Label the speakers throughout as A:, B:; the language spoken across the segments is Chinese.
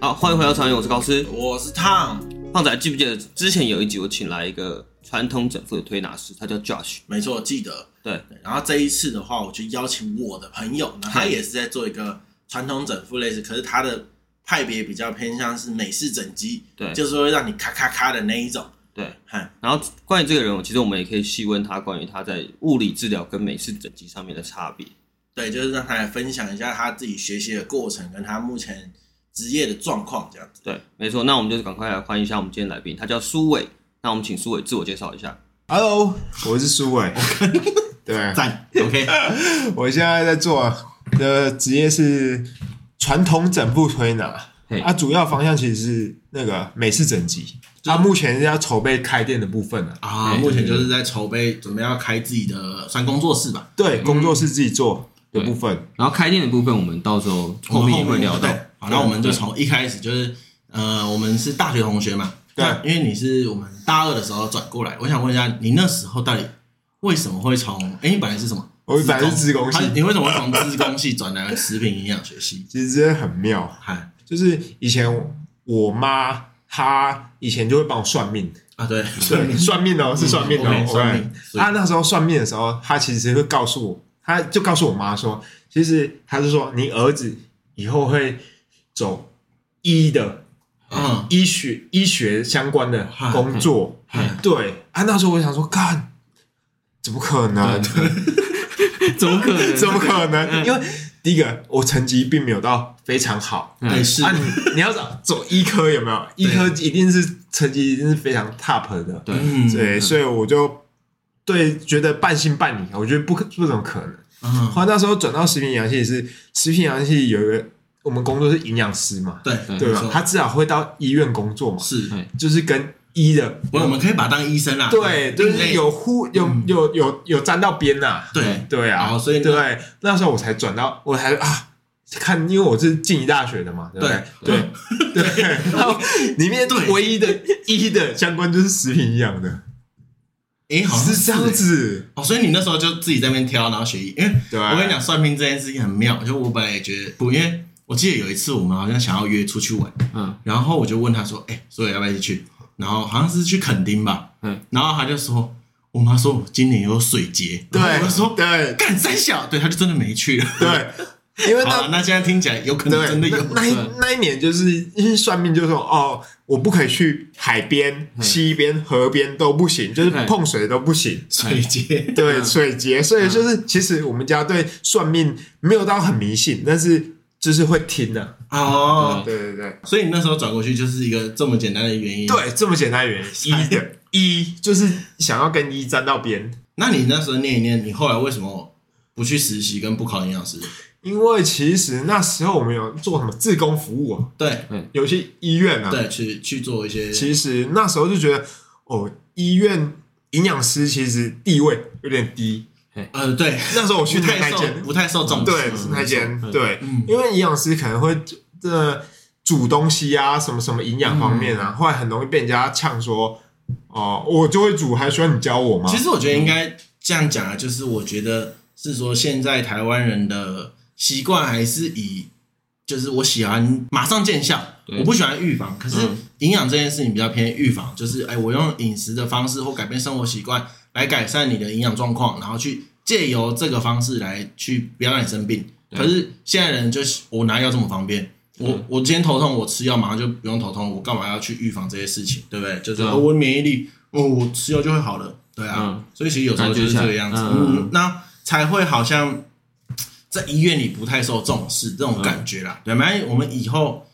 A: 好，欢迎回到常勇，我是高斯
B: 我是烫，
A: 胖仔。记不记得之前有一集我请来一个传统整复的推拿师，他叫 Josh。
B: 没错，记得。
A: 对，
B: 对然后这一次的话，我就邀请我的朋友，那他也是在做一个传统整复类似，可是他的派别比较偏向是美式整肌，
A: 对
B: 就是会让你咔咔咔的那一种。
A: 对，
B: 嗨，
A: 然后关于这个人，其实我们也可以细问他关于他在物理治疗跟美式整脊上面的差别。
B: 对，就是让他来分享一下他自己学习的过程，跟他目前职业的状况这样子。
A: 对，没错。那我们就赶快来欢迎一下我们今天来宾，他叫苏伟。那我们请苏伟自我介绍一下。
C: Hello，我是苏 伟。对，
D: 赞，OK，
C: 我现在在做的职业是传统整复推拿
A: 嘿，
C: 啊，主要方向其实是那个美式整脊，啊，目前是要筹备开店的部分了。
D: 啊，
A: 对
D: 目前就是在筹备，准备要开自己的算工作室吧。
C: 对，工作室自己做的部分，
A: 然后开店的部分，我们到时候
D: 我
A: 后
D: 们
A: 面也会聊到。
D: 对好，那我们就从一开始就是，呃，我们是大学同学嘛，
C: 对
D: 那因为你是我们大二的时候转过来，我想问一下，你那时候到底为什么会从，哎，你本来是什么？
C: 我本来是资工系
D: 啊你为什么会从资工系转来食品营养学系？
C: 其实真的很妙。
D: 嗨
C: 就是以前我妈她以前就会帮我算命，
D: 啊，对，
C: 对，算命哦，是算命哦。
D: 嗯 OK，
C: OK
D: 算命是
C: 他那时候算命的时候，他其实会告诉我，他就告诉我妈说，其实他是说你儿子以后会走医的
D: 嗯，
C: 医学医学相关的工作
D: 嗯嗯。
C: 对啊，那时候我想说，干，怎么可能？
A: 怎么可能？
C: 怎么可
D: 嗯
C: 能？因为第一个，我成绩并没有到非常好。
A: 嗯
D: 对，是
C: 啊，，你你要走走医科有没有？医科一定是成绩一定是非常 top 的。
A: 对
D: 嗯，
C: 对，所以我就对觉得半信半疑，我觉得不可不怎么可能。
D: 嗯，
C: 后来那时候转到食品营养系也是，食品营养系有一个我们工作是营养师嘛，
D: 对
A: 对
D: 嗯
C: 对
D: 没
C: 吧
D: 错？
C: 他至少会到医院工作嘛，
D: 是，
C: 就是跟医的，
D: 我我们可以把他当医生啦，
C: 对，就是有呼有有有有沾到边呐、
D: 对，
C: 对啊，
D: 哦所以那
C: 对那时候我才转到，我才啊。看，因为我是静宜大学的嘛，对不对？对 对，然后里面
D: 对
C: 唯一的医的相关就是食品营养的，
D: 哎，好像
C: 是这样
D: 欸
C: 子，
D: 哦，所以你那时候就自己在那边挑，然后学医。因为
C: 对
D: 我跟你讲，算命这件事情很妙。就我本来也觉得不，因为我记得有一次我们好像想要约出去玩，
A: 嗯，
D: 然后我就问他说：“哎、所以要不要一起去？”然后好像是去垦丁吧，
A: 嗯，
D: 然后他就说：“我妈说我今年有水节。”
C: 对，
D: 然后我就说
C: 对：“
D: 干三小。”对，他就真的没去了。
C: 对，因为
D: 好
C: 那
D: 了，那现在听起来有可能
C: 对
D: 真的有。
C: 那那一那一年就是因为算命就说哦，我不可以去海边、
D: 嗯
C: 溪边、河边都不行，就是
A: 嗯
C: 碰水都不行。
D: 水 节，
C: 对，水节，
D: 嗯
C: 所以就是其实我们家对算命没有到很迷信，但是就是会听的、
D: 哦，
C: 对对对，
D: 所以你那时候转过去就是一个这么简单的原因。，
C: 对，这么简单的原因。一的 一就是想要跟一沾到边，
D: 那你那时候念一念，你后来为什么不去实习跟不考营养师？
C: 因为其实那时候我们有做什么志工服务啊，
D: 对，
C: 有些医院啊，
D: 对，去去做一些，
C: 其实那时候就觉得，哦，医院营养师其实地位有点低。
D: 呃，对，
C: 那时候我去
D: 不
C: 太
D: 太
C: 太
D: 受
C: 监，
D: 不太受 重视，
C: 对，
D: 嗯
C: 是太监，
A: 嗯
C: 对
D: 嗯，
C: 因为营养师可能会这煮东西啊，什么什么营养方面啊，后来很容易被人家呛说，哦，我就会煮，还需要你教我吗
D: 其？实我觉得应该这样讲啊，就是我觉得是说现在台湾人的习惯还是以，就是我喜欢马上见效，
A: 对
D: 我不喜欢预防。可是
A: 嗯
D: 营养这件事情比较偏预防，就是哎，我用饮食的方式或改变生活习惯来改善你的营养状况，然后去借由这个方式来去不要让你生病。
A: 对
D: 可是现在人就是我拿药这么方便。我
A: 嗯
D: 我今天头痛，我吃药马上就不用头痛，我干嘛要去预防这些事情，对不对？就是、
A: 对啊
D: 哦我免疫力，哦，我吃药就会好了，对啊。
A: 嗯
D: 所以其实有时候就是这个样子，
A: 感觉起来嗯
D: 嗯，那才会好像在医院里不太受重视这种感觉啦。对，反正我们以后，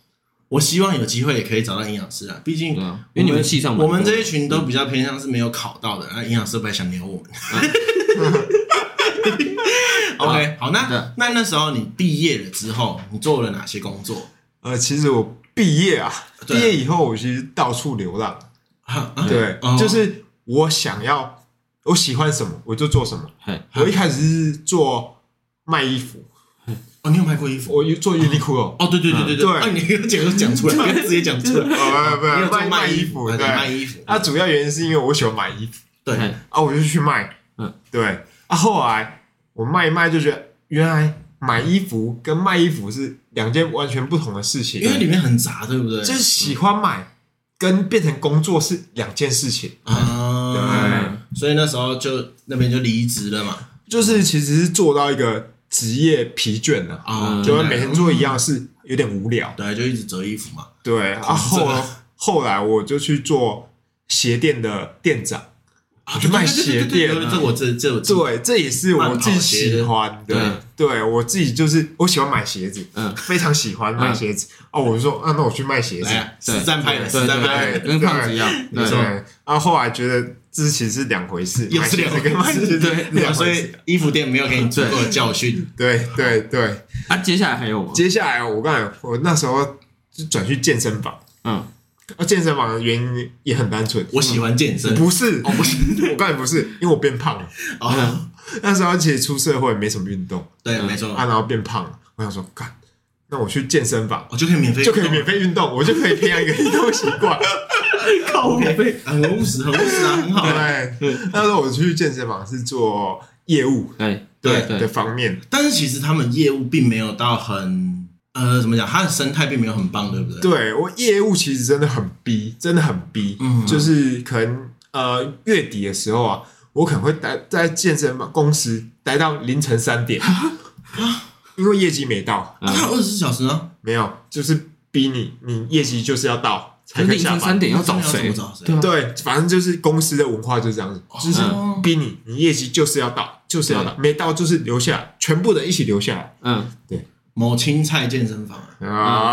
D: 我希望有机会也可以找到营养师啊，毕竟
A: 对啊因为你们系上蛮
D: 我
A: 多的
D: 们这一群都比较偏向是没有考到的，那营养师不太想留我们。OK，好，
A: 对
D: 那那那时候你毕业了之后，你做了哪些工作？
C: 呃，其实我毕业啊，毕
D: 对
C: 业以后我其实到处流浪，
D: 啊
C: 对
D: 哦，
C: 就是我想要，我喜欢什么我就做什么。
A: 嘿
C: 我一开始是做卖衣服，
D: 哦，你有卖过衣服？
C: 我做 Uniqlo，
D: 哦，对对对对
C: 嗯对
D: 啊，你给我讲讲出来，你给我直接讲出来。
C: 呃，不
D: 你有
C: 不，
D: 做
C: 卖
D: 卖
C: 衣
D: 衣
C: 服，
D: 啊
C: 对
D: 对，，卖衣服
C: 啊，主要原因是因为我喜欢买衣服啊
D: 对，
A: 嘿
C: 啊，我就去卖，
A: 嗯
C: 嗯，对，啊，后来我卖一卖就觉得原来买衣服跟卖衣服是两件完全不同的事情，
D: 因为里面很杂，对不对？
C: 就是喜欢买跟变成工作是两件事情。
D: 啊，所以那时候就那边就离职了嘛。
C: 就是其实是做到一个职业疲倦了，
D: 啊，
C: 嗯就会每天做一样事，有点无聊。
D: 对，就一直折衣服嘛。
C: 对，啊
D: 这
C: 后
D: 个
C: 后来我就去做鞋店的店长，我去卖鞋
D: 啊对
C: 店
D: 对对
C: 啊
D: 对对。这我这这我
C: 对，这也是我自己喜欢
D: 慢跑
C: 的。对我自己就是我喜欢买鞋子，
A: 嗯
C: 非常喜欢买鞋子。哦，我就说啊，那我去卖鞋子。
D: 来
A: 对
D: 实战派的
A: 对
D: 实战派
A: 对
D: 的，
A: 对，跟胖子一样，
C: 对
A: 对，
C: 啊，后来觉得这其实是两回事，
D: 又是
C: 买鞋子跟
D: 两
C: 卖
D: 回
C: 鞋
D: 事
C: 子
A: 对
C: 是
D: 对啊
C: 两
D: 所
C: 回事
D: 以。衣服店没有给你足够的教训。
C: 对对对，
D: 哦
A: 啊，接下来还有吗？
C: 接下来我刚才我那时候就转去健身房，
A: 嗯，
C: 啊，健身房的原因也很单纯，
D: 我喜欢健身，
C: 不是，
D: 哦不是
C: 我刚才不是，因为我变胖了。
D: 哦，
C: 那时候其实出社会没什么运动，
D: 对，
A: 嗯
D: 没错
C: 啊，，然后变胖了，我想说，干，那我去健身房
D: 我哦就可以免费
C: 就可以免费运动，我就可以培养一个运动习 惯。
D: 靠免费，啊很务实，很务实啊，很好啊。
C: 对，那时候我去健身房是做业务
A: 对
D: 对
A: 对
C: 的方面，
D: 但是其实他们业务并没有到很呃，怎么讲？他的生态并没有很棒，对不对？
C: 对我业务其实真的很逼，真的很逼，
D: 嗯
C: 就是可能呃月底的时候啊，我可能会待在健身房公司待到凌晨 三点，因为业绩没到，
D: 啊，他有二十四小时呢，
C: 没有，就是逼你，你业绩就是要到才可以
A: 凌
C: 下
A: 晨三
C: 班。
A: 点要找谁
D: 要？找谁？
A: 对啊
C: 对，反正就是公司的文化就这样子，就是
A: 哦
D: 嗯
C: 逼你，你业绩就是要到，就是要到，没到就是留下来，全部人一起留下来
A: 嗯
D: 某青菜健身房，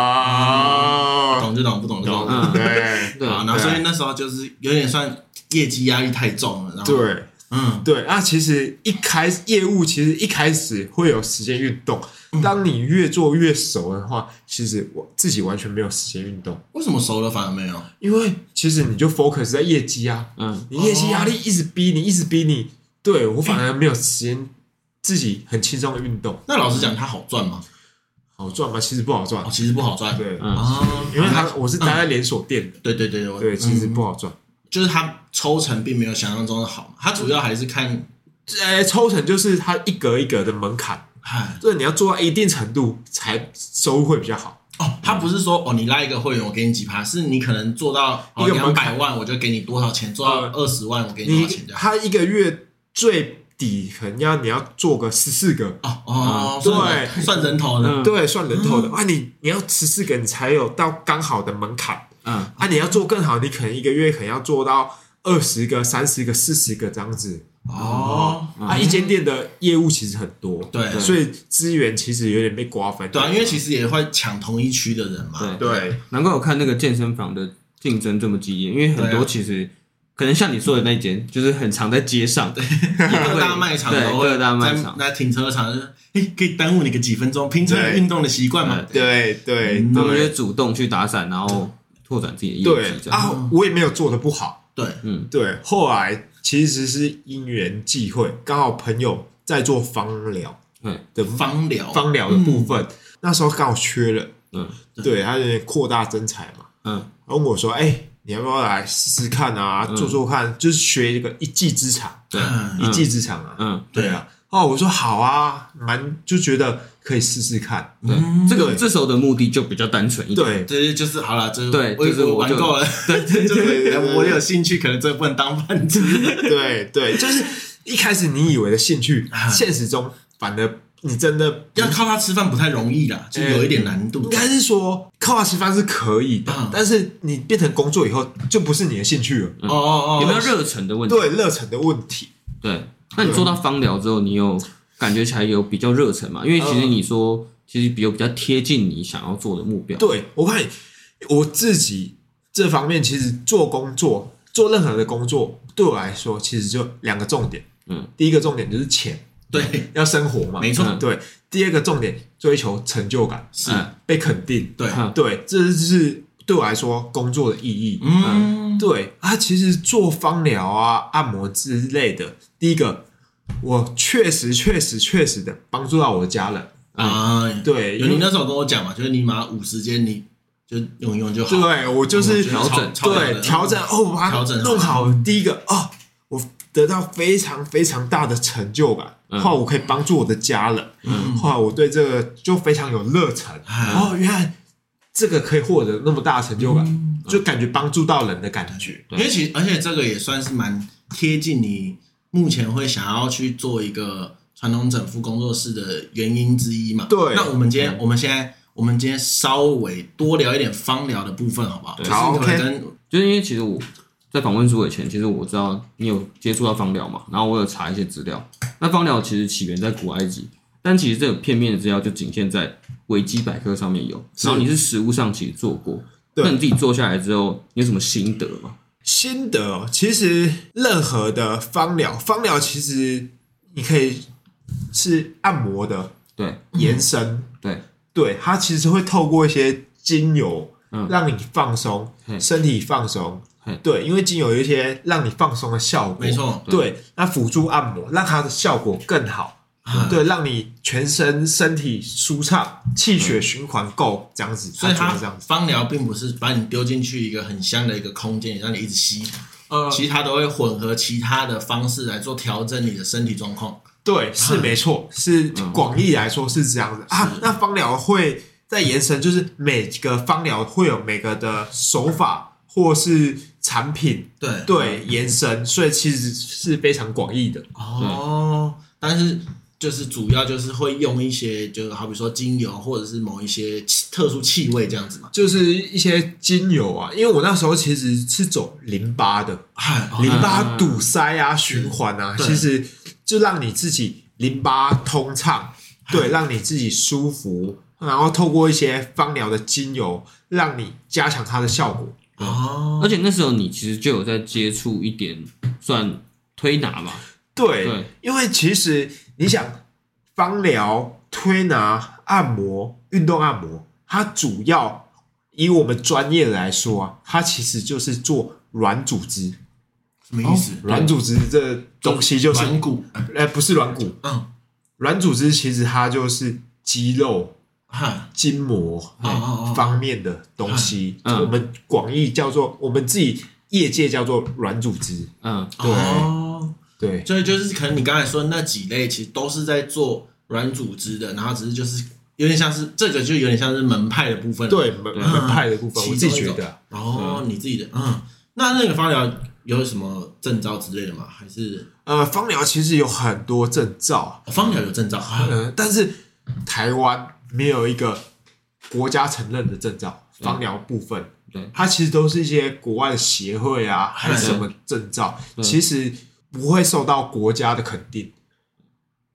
C: 啊！
D: 懂就懂，不懂就
C: 懂
D: 懂。
A: 嗯
C: 对
A: 对
D: 啊，那所以那时候就是有点算业绩压力太重了，然后，
C: 对。
D: 嗯，
C: 对，那其实一开始业务其实一开始会有时间运动，
A: 嗯
C: 当你越做越熟的话，其实我自己完全没有时间运动，
D: 为什么熟了反而没有？
C: 因为其实你就 focus 在业绩啊，
A: 嗯
C: 你业绩压力一直逼你，一直逼你，对我反而没有时间自己很轻松的运动，
D: 那老实讲，他好赚吗？
C: 好赚吗？其实不好赚
D: 哦，，其实不好赚。
C: 嗯对，
A: 嗯
D: 啊，
C: 因为他我是待在连锁店的，
D: 对对对我
C: 对，其实
D: 嗯
C: 不好赚，
D: 就是他抽成并没有想象中的好嘛，他主要还是看，
C: 呃，抽成就是它一格一格的门槛，
D: 哎，
C: 所以你要做到一定程度才收入会比较好。
D: 哦，他不是说哦，你拉一个会员我给你几趴，是你可能做到哦
C: 一个
D: 两
C: 门
D: 百
C: 槛呃
D: 万我就给你多少钱，做到二十万我给你多
C: 你
D: 少钱这样。
C: 他一个月最底可能要你要做个十四个，
D: 哦哦，
C: 嗯
D: 算人
C: 对
D: 算人头的，
A: 嗯
C: 对，算人头的啊，你你要十四个你才有到刚好的门槛
A: 嗯，
C: 啊，你要做更好，你可能一个月可能要做到二十个、三十个、四十个这样子
D: 哦，
C: 啊。一间店的业务其实很多，
D: 对
C: 所以资源其实有点被瓜分，
D: 对啊，因为其实也会抢同一区的人嘛，
A: 对
C: 对
A: 难怪我看那个健身房的竞争这么激烈，因为很
D: 对啊
A: 多其实可能像你说的那间，就是很常在街上，对，各
D: 各大卖场
A: 对，
D: 都
A: 各
D: 会
A: 大卖
D: 在
A: 场，
D: 那停车场，就是哎，可以耽误你个几分钟，平常有
C: 对
D: 运动的习惯嘛，
C: 对对
D: 嗯
A: 他们就
C: 对
A: 主动去打散，然后拓展自己的业绩，这
C: 对
A: 样，
C: 啊，我也没有做的不好，
D: 对，
A: 嗯
C: 对，后来其实是因缘际会，刚好朋友在做芳疗，
A: 对
C: 的
D: 芳疗，
C: 芳疗的部分，那时候刚好缺人，
A: 嗯
C: 对他有点扩大增才嘛，
A: 嗯
C: 然后我说，哎、你要不要来试试看啊，
A: 嗯
C: 做做看，就是学一个一技之长，
A: 对
D: 嗯
C: 一技之长啊，
A: 嗯，
C: 对啊，哦，我说好啊，蛮就觉得可以试试看，
A: 对，这个
C: 对
A: 这时候的目的就比较单纯一点，
C: 对，
D: 这就是好了，这
A: 对
D: 我
A: 就是
D: 我
A: 我
D: 玩
A: 就
D: 够了，对对
C: 对对对
D: 我有兴趣，可能这不能当 饭吃，
C: 对对，就是一开始你以为的兴趣，现实中反而你真的
D: 啊要靠它吃饭不太容易啦，就有一点难度
A: 嗯
C: 应。该是说靠它吃饭是可以的，
D: 嗯
C: 但是你变成工作以后就不是你的兴趣了，
D: 哦哦哦，
A: 嗯有没有热忱的问题？
C: 对热忱的问题。
A: 对，那你做到芳疗之后，你有感觉起来有比较热忱嘛？因为其实你说，其实比较比较贴近你想要做的目标，
C: 对我看我自己这方面，其实做工作做任何的工作，对我来说其实就两个重点。
A: 嗯，
C: 第一个重点就是钱，
D: 对，
C: 要生活嘛，
D: 没错
A: 嗯
C: 对。第二个重点追求成就感，
D: 是
A: 嗯
C: 被肯定。
D: 对，
A: 嗯
C: 对，这就是对我来说工作的意义。
D: 嗯，
C: 对啊，其实做芳疗啊、按摩之类的，第一个，我确实、确实、确实的帮助到我的家人。
A: 哎
D: 啊，
C: 对，
D: 有
C: 因为
D: 你那时候跟我讲嘛，就是你马五十间你就用一用就好，
A: 啊
C: 对我就是
D: 我觉得超
A: 调整
D: 超好的
C: 对调整哦，我把它
D: 调整好
C: 弄好。第一个哦，我得到非常非常大的成就感。
A: 嗯
C: 后来我可以帮助我的家人，后来我对这个就非常有热忱。哦，原来这个可以获得那么大的成就感，就感觉帮助到人的感觉。
D: 因为其实而且这个也算是蛮贴近你目前会想要去做一个传统整复工作室的原因之一嘛。
C: 对嗯
D: 那我们今天我们现在我们今天稍微多聊一点芳疗的部分，好不好？就是
C: 好
D: 可能
C: ，OK
D: 跟
A: 就是因为其实我在访问苏伟前，其实我知道你有接触到芳疗嘛，然后我有查一些资料。那芳疗其实起源在古埃及，但其实这个片面的资料就仅限在维基百科上面有。然后你是实物上其实做过，
C: 对
A: 那你自己做下来之后，你有什么心得吗？
C: 心得哦，其实任何的芳疗，芳疗其实你可以是按摩的
A: 对
C: 延伸，
A: 对，
C: 对它其实会透过一些精油，
A: 嗯
C: 让你放松，
A: 嘿
C: 身体放松
A: 嘿。
C: 对，因为精油有一些让你放松的效果，
D: 没错
C: 对，那辅助按摩，让它的效果更好，对，让你全身身体舒畅，气血循环够，这样子，
D: 所以它
C: 它就是这样子。
D: 芳疗并不是把你丢进去一个很香的一个空间，让你一直吸，
C: 呃
D: 其实它都会混合其他的方式来做调整你的身体状况。
C: 对，是没错，是广义来说是这样子啊。那芳疗会再延伸，就是每个芳疗会有每个的手法或是产品，
D: 对
C: 对延伸，所以其实是非常广义的。
D: 哦，但是就是主要就是会用一些，就是好比说精油或者是某一些气特殊气味这样子嘛。
C: 就是一些精油啊，因为我那时候其实是走淋巴的，
D: 哎，
C: 淋
D: 哦
C: 巴堵塞啊、循环啊，
D: 对
C: 其实就让你自己淋巴 通畅，对，让你自己舒服，然后透过一些芳疗的精油，让你加强它的效果。
D: 哦，
A: 而且那时候你其实就有在接触一点算推拿嘛，
C: 对，
A: 对
C: 因为其实你想，芳疗、推拿、按摩、运动按摩，它主要以我们专业来说啊，它其实就是做软组织。
D: 什么意思？
C: 软组织这东西就是，
D: 软骨，
C: 呃，不是软骨，
D: 嗯，
C: 软组织其实它就是肌肉、
D: 哈，
C: 筋膜哎
D: 哦哦哦，
C: 方面的东西，
A: 嗯
C: 我们广义叫做我们自己业界叫做软组织。
A: 嗯，
C: 对
D: 哦，
C: 对，
D: 所以就是可能你刚才说的那几类，其实都是在做软组织的，然后只是就是有点像是这个，就有点像是门派的部分。
C: 对门
A: 嗯
C: 门派的部分，
D: 其
C: 我
D: 中
C: 自己觉
D: 一种
C: 得啊，
D: 哦，你自己的，嗯，那那个芳疗有什么证照之类的吗？还是
C: 呃，芳疗其实有很多证照，
D: 哦芳疗有证照？啊
C: 呃，但是台湾没有一个国家承认的证照，芳疗部分，
A: 对
C: 它其实都是一些国外的协会啊，还是什么证照，其实不会受到国家的肯定，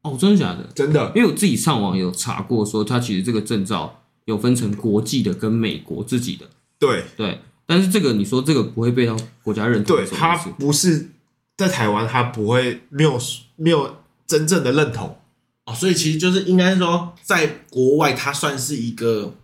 A: 哦，真的假的？
C: 真的。
A: 因为我自己上网有查过，说它其实这个证照有分成国际的跟美国自己的，
C: 对
A: 对。但是这个你说这个不会被到国家认同，
C: 对，它不是在台湾，它不会没有没有真正的认同，
D: 哦，所以其实就是应该说，在国外它算是一个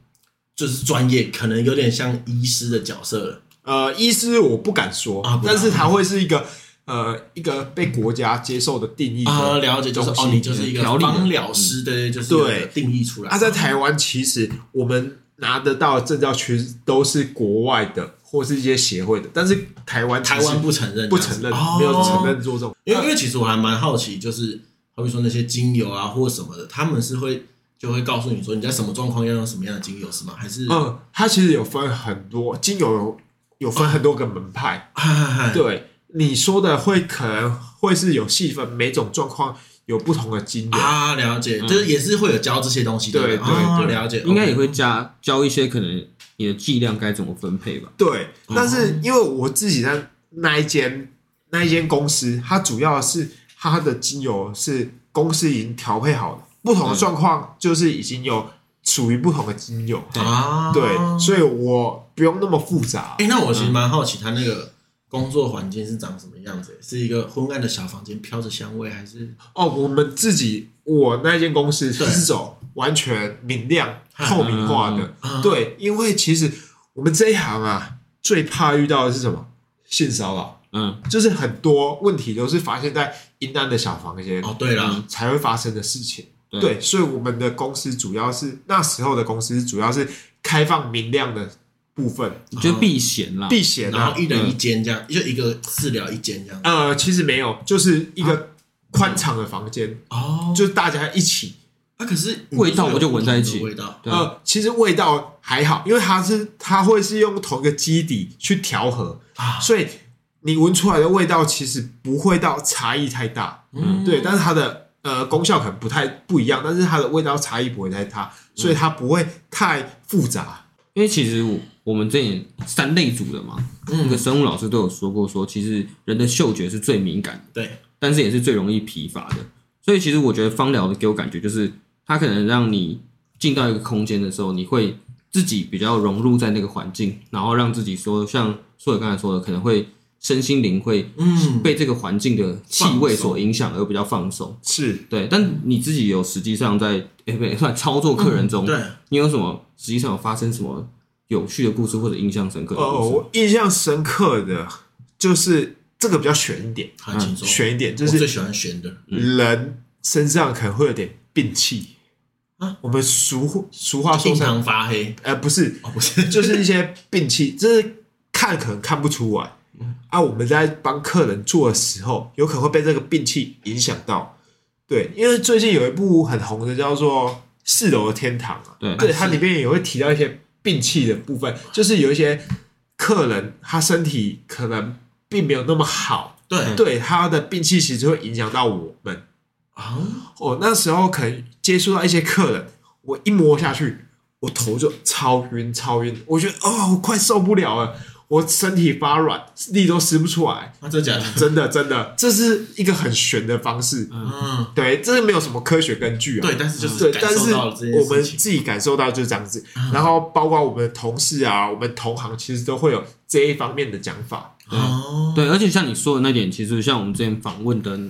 D: 就是专业，可能有点像医师的角色了。
C: 呃，医师我不敢说，
D: 啊不敢
C: 但是它会是一个。呃，一个被国家接受的定义的
D: 啊，了解，就是
C: 东
D: 哦
C: 西，
D: 你就是一个
A: 条例的
D: 芳疗师，对嗯对，就是
C: 对
D: 有个定义出来。
C: 啊，在台湾其实我们拿得到的证照，其实都是国外的或是一些协会的，但是台湾其实
D: 台湾不承认，
C: 不承认
D: 这样，子
C: 没有承。
D: 哦
C: 认做这种。
D: 因为因为其实我还蛮好奇，就是好比说那些精油啊或什么的，他们是会就会告诉你说你在什么状况要用什么样的精油是吗？还是
C: 嗯，它其实有分很多精油有，有分很多个门派。
D: 嗨嗨嗨
C: 对你说的会可能会是有细分，每种状况有不同的精油。
D: 啊，了解，就是也是会有教这些东西的，
C: 对
D: 吧
C: 对
D: 啊
C: 对
D: 了解，
A: 应该
D: OK
A: 也会加教一些可能你的剂量该怎么分配吧。
C: 对，但
D: 哦
C: 是因为我自己在那一间那一间公司，它主要是它的精油是公司已经调配好的，不同的状况就是已经有属于不同的精油。
D: 啊，
C: 对，所以我不用那么复杂
D: 哎、。那我其实蛮好奇他那个工作环境是长什么样子、欸是一个昏暗的小房间，飘着香味，还是
C: 哦，我们自己我那间公司
D: 对
C: 是走完全明亮透明化的
D: 嗯，
C: 对，因为其实我们这一行啊，最怕遇到的是什么？性骚扰。
A: 嗯，
C: 就是很多问题都是发现在阴暗的小房间
D: 哦，对啦，
C: 才会发生的事情。
A: 对
C: 对，所以我们的公司主要是那时候的公司主要是开放明亮的部分，
A: 就避嫌啦。
C: 避嫌
D: 然
C: 啊
D: 后，一人一间这样，就一个治疗一间这样。
C: 呃，其实没有，就是一个宽敞的房间，
D: 哦就
C: 就是大家一起。
D: 啊，可是
A: 味道不就闻在一起
D: 味道
A: 对啊，
C: 呃，其实味道还好，因为它是它会是用同一个基底去调和，
D: 啊，
C: 所以你闻出来的味道其实不会到差异太大。
A: 嗯
C: 对，但是它的呃功效可能不太不一样，但是它的味道差异不会太大，所以它不会太复杂。
A: 因为其实我我们这也三类组的嘛，那个生物老师都有说过说其实人的嗅觉是最敏感的。
D: 对，
A: 但是也是最容易疲乏的。所以其实我觉得芳疗的给我感觉就是，它可能让你进到一个空间的时候，你会自己比较融入在那个环境，然后让自己说，像硕伟刚才说的，可能会身心灵会
D: 嗯，
A: 被这个环境的气味所影响而比较放松。
C: 是
A: 对，但你自己有实际上在 诶不对算操作客人中，
D: 嗯对，
A: 你有什么实际上有发生什么有趣的故事或者印象深刻的
C: 呃，
D: 哦
A: 故事？
C: 我印象深刻的就是这个比较悬一点，
D: 好，请说。
C: 悬一点，就
D: 我最
C: 是
D: 喜欢悬的
C: 人身上可能会有点病气
D: 啊。
C: 我们俗俗话说
D: 印
C: 成，
D: 堂发黑
C: 呃，不是，
D: 哦，不 是，
C: 就是一些病气，就是看可能看不出来啊。我们在帮客人做的时候，有可能会被这个病气影响到。对，因为最近有一部很红的叫做《四楼的天堂》啊，
A: 对
C: 对，它里面也会提到一些病气的部分，就是有一些客人他身体可能并没有那么好，
D: 对
C: 对他的病气其实会影响到我们。
D: 啊，
C: 我哦那时候可能接触到一些客人，我一摸下去，我头就超晕超晕，我觉得哦，我快受不了了，我身体发软，力都使不出来，
D: 那啊真假的？
C: 真的 真的，这是一个很玄的方式，
D: 嗯，
C: 对，这是没有什么科学根据啊，
D: 对，但是就是
C: 对，
D: 感
C: 但
D: 受
C: 是
D: 到了这件
C: 我们
D: 事情，
C: 自己感受到就是这样子，然后包括我们的同事啊，我们同行其实都会有这一方面的讲法，
D: 哦，
A: 对，而且像你说的那点，其实像我们之前访问的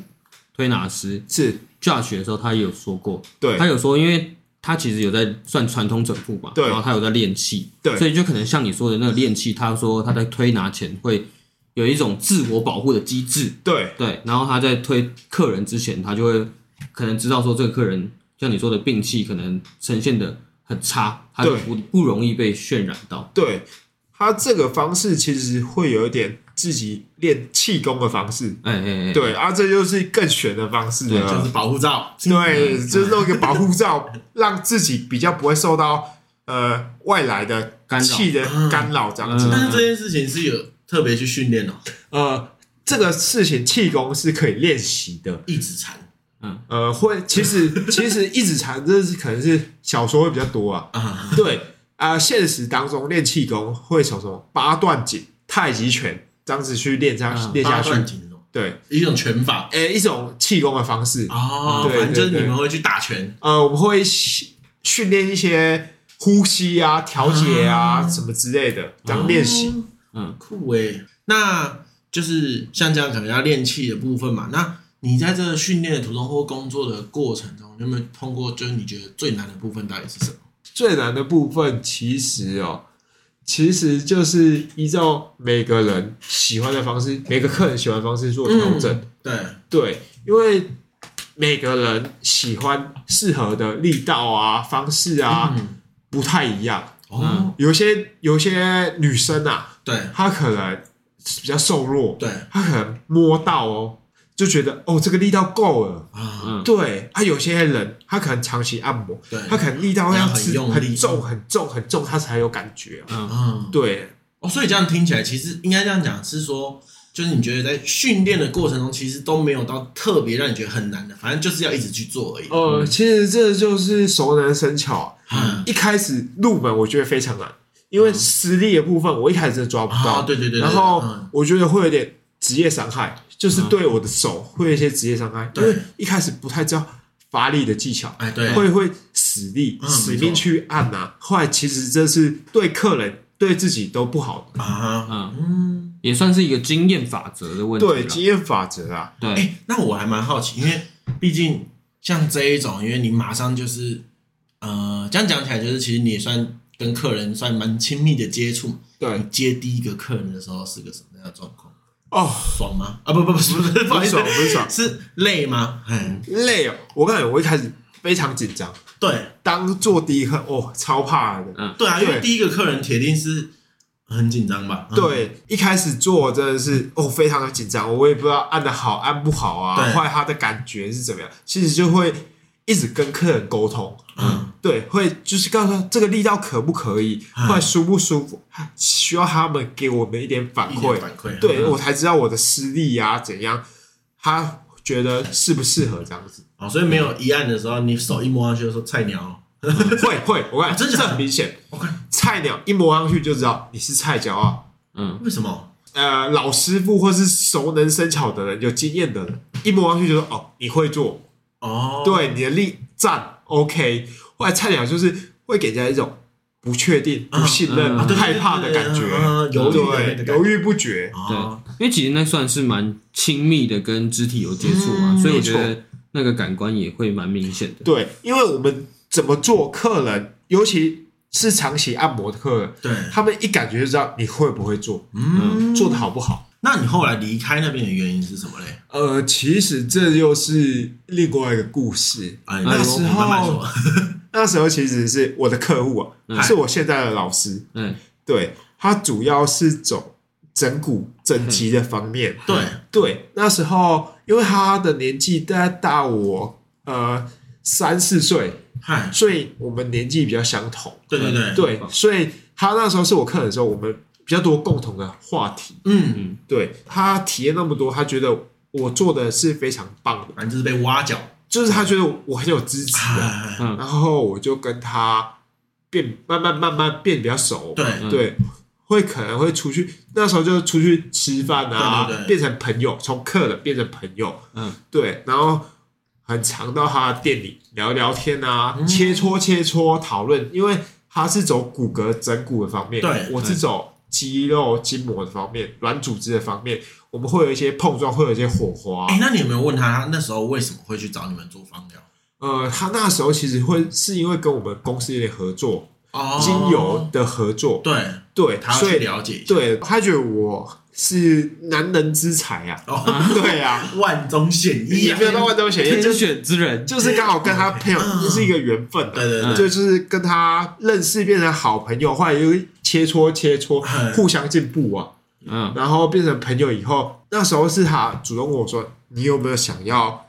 A: 推拿师，
C: 是
A: Josh 的时候，他也有说过，
C: 对
A: 他有说，因为他其实有在算传统整复嘛，
C: 对
A: 然后他有在练气，
C: 对
A: 所以就可能像你说的那个练气，他说他在推拿前会有一种自我保护的机制，
C: 对
A: 对，然后他在推客人之前，他就会可能知道说这个客人像你说的病气可能呈现的很差，他就
C: 对
A: 不不容易被渲染到，
C: 对他这个方式其实会有一点自己练气功的方式，
A: 哎哎哎，
C: 对啊，这就是更玄的方式
D: 就
C: 了
D: 是。保护罩，
C: 对，就是弄一个保护罩，呃让自己比较不会受到呃外来的
A: 干扰
C: 气的干扰这样
A: 嗯
C: 子。
D: 但是这件事情是有特别去训练哦，
C: 呃，这个事情气功是可以练习的。
D: 一指禅
C: 呃，会其实其实一直禅这是可能是小说会比较多啊。
D: 啊，
C: 对啊、现实当中练气功会从什么八段锦、太极拳这样子去练下
A: 嗯
C: 练下
D: 八
C: 去。
D: 段锦哦，
C: 对，
D: 一种拳法
C: 呃，一种气功的方式。
D: 哦，
C: 对
D: 反正就是
C: 对
D: 你
C: 对
D: 们会去打拳，
C: 呃，我们会训训练一些呼吸啊、调节啊、什么之类的，这样练习。
D: 哦
A: 嗯，
D: 酷诶，那就是像这样可能要练气的部分嘛，那。你在这个训练的途中或工作的过程中，你有没有碰过？就是你觉得最难的部分到底是什么？
C: 最难的部分其实哦，其实就是依照每个人喜欢的方式，每个客人喜欢的方式做调整。
D: 对，
C: 对，因为每个人喜欢适合的力道啊、方式啊、
D: 嗯，
C: 不太一样。
D: 哦，
C: 有些有些女生啊，
D: 对
C: 她可能比较瘦弱，
D: 对
C: 他可能摸到哦，就觉得哦这个力道够了。
D: 啊，
A: 嗯
C: 对啊，有些人他可能长期按摩，
D: 对，
C: 他可能力道要
D: 要很
C: 吃
D: 用力
C: 很重很重很重，他才有感觉啊、
D: 嗯，
C: 对，
D: 哦，所以这样听起来，其实应该这样讲是说，就是你觉得在训练的过程中，其实都没有到特别让你觉得很难的，反正就是要一直去做而已。
C: 呃，其实这就是熟能生巧啊、
D: 嗯
C: 一开始入门我觉得非常难，因为实力的部分我一开始真的抓不
D: 啊，
C: 到，
D: 对对对对，
C: 然后
D: 嗯
C: 我觉得会有点职业伤害，就是对我的手会有一些职业伤害，因
D: 对
C: 为一开始不太知道发力的技巧。
D: 哎嗯对，
C: 会会使力、
D: 嗯
C: 使
D: 没
C: 命
D: 错
C: 去按呐、后来其实这是对客人、对自己都不好的。
D: 啊，
A: 嗯
D: 嗯，
A: 也算是一个经验法则的问题啦，
C: 对经验法则啊，
A: 对，
D: 哎，那我还蛮好奇，因为毕竟像这一种，因为你马上就是，呃，这样讲起来就是，其实你也算跟客人算蛮亲密的接触。你
C: 对
D: 接第一个客人的时候是个什么样的状况？
C: 哦，
D: 爽吗？啊，不不不，不是，不
C: 不
D: 好意
C: 是
D: 思
C: 爽，不是爽，
D: 是累吗？嗯，
C: 累哦。我告诉你，我一开始非常紧张，
D: 对，
C: 当做第一课，哦，超怕的。
A: 嗯
D: 对啊，因
C: 对
D: 为第一个客人铁定是很紧张吧？嗯，
C: 对，一开始做真的是哦，非常的紧张，我也不知道按的好按不好啊，
D: 对
C: 后来他的感觉是怎么样，其实就会一直跟客人沟通，
D: 嗯，
C: 对，会就是告诉他这个力道可不可以，
D: 嗯
C: 后来舒不舒服，需要他们给我们一点反
B: 一
C: 馈
B: 点，反馈，
C: 对
D: 嗯
C: 我才知道我的施力呀、怎样，他觉得适不适合这样子，
D: 哦，所以没有一按的时候，你手一摸上去就说菜鸟，
C: 会会，我看、
D: 啊真的
C: 这
D: 假的
C: 很明显，
D: 我看
C: 菜鸟一摸上去就知道你是菜鸟啊，
A: 嗯，
D: 为什么？
C: 呃老师傅或是熟能生巧的人、有经验的人，一摸上去就说哦，你会做，
D: 哦，，
C: 对你的力赞 OK。后来菜鸟就是会给人家一种不确定、
D: 嗯
C: 不信任、
A: 嗯嗯对
C: 害怕的感
D: 对对对嗯
C: 觉，
D: 嗯犹豫的那个
C: 对
D: 感觉
C: 犹豫不决。
D: 哦，
A: 因为其实那算是蛮亲密的，跟肢体有接触嘛，
C: 嗯
A: 所以我觉
C: 没
A: 得那个感官也会蛮明显的。
C: 对，因为我们怎么做，客人尤其是长期按摩的客人，
D: 对，
C: 他们一感觉就知道你会不会做，
D: 嗯，
C: 做的好不好。
D: 那你后来离开那边的原因是什么嘞？
C: 呃，其实这又是另外一个故事。
D: 哎，
A: 那时
D: 我慢慢说，
C: 那时候其实是我的客户
A: 嗯
C: 啊，是我现在的老师，
A: 嗯，
C: 对，他主要是走整骨整脊的方面。
D: 对，
C: 对，那时候因为他的年纪大概大我呃三四岁，
D: 嗨，
C: 所以我们年纪比较相同。
D: 对对对，
C: 对，所以他那时候是我客人的时候，我们比较多共同的话题。
D: 嗯，
C: 对他体验那么多，他觉得我做的是非常棒的，
D: 反正就是被挖角，
C: 就是他觉得我很有支持啊。
D: 哎
A: 嗯
C: 然后我就跟他变慢慢慢慢变比较熟。
D: 对，
A: 嗯
C: 对，会可能会出去，那时候就出去吃饭啊，
D: 对对对
C: 变成朋友，从客人变成朋友，
A: 嗯，
C: 对，然后很常到他的店里聊聊天啊，
D: 嗯
C: 切磋切磋讨论，因为他是走骨骼整骨的方面，
D: 对
C: 我是走肌肉筋膜的方面，软组织的方面，我们会有一些碰撞，会有一些火花。
D: 哎，那你有没有问他他那时候为什么会去找你们做芳疗？
C: 呃，他那时候其实会是因为跟我们公司有点合作，
D: 哦
C: 精油，的合作，
D: 对，
C: 对，
D: 他要
C: 所以
D: 去了解一下，
C: 对他觉得我是男人之才 啊，
D: 哦，
C: 对啊，
D: 万中选一
C: 也
D: 啊
C: 没，有到万中选一，
A: 天
C: 就是
A: 选之人，
C: 就是刚好跟他朋友
D: 嗯
C: 是一个缘分
D: 对
C: 的，
D: 对对，
C: 就是跟他认识变成好朋友，后来又切磋切磋，
D: 嗯
C: 互相进步啊，
A: 嗯
C: 然后变成朋友以后，那时候是他主动问我说，你有没有想要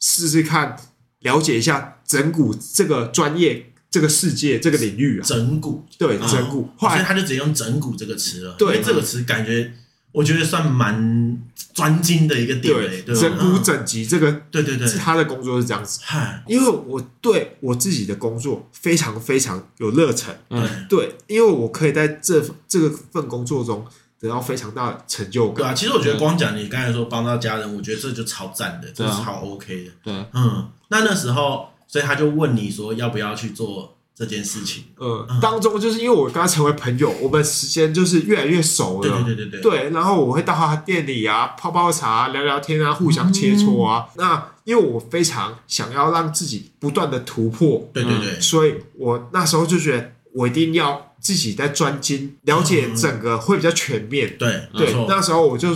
C: 试试看，了解一下整骨这个专业、这个世界、这个领域啊？
D: 整骨，
C: 对，
D: 嗯
C: 整骨，后
D: 所以
C: 来
D: 他就直接用“整骨”这个词了。
C: 对
D: 因为这个词感觉我觉得算蛮专精的一个点嘞，对
C: 对
D: 吧
C: 整骨
D: 嗯
C: 整脊这个
D: 对对对，
C: 他的工作是这样子。
D: 嗨，
C: 因为我对我自己的工作非常非常有热忱，
D: 对
A: 嗯，
C: 对，因为我可以在这这个份工作中得到非常大的成就
D: 对
C: 感。
D: 啊。其实我觉得光讲你刚才说帮到家人，我觉得这就超赞的，这
A: 对啊
D: 是超 OK 的。
A: 对，
D: 嗯，那那时候，所以他就问你说要不要去做这件事情？
C: 呃
D: 嗯，
C: 当中就是因为我跟他成为朋友，我们时间就是越来越熟了。
D: 对对对对对，
C: 对然后我会到他店里啊，泡泡茶啊、聊聊天啊，互相切磋啊。
D: 嗯
C: 那因为我非常想要让自己不断的突破，
D: 对对
A: 嗯
D: 对，
C: 所以我那时候就觉得我一定要自己在专精，了解整个会比较全面。
D: 对嗯没
C: 对
D: 错，
C: 那时候我就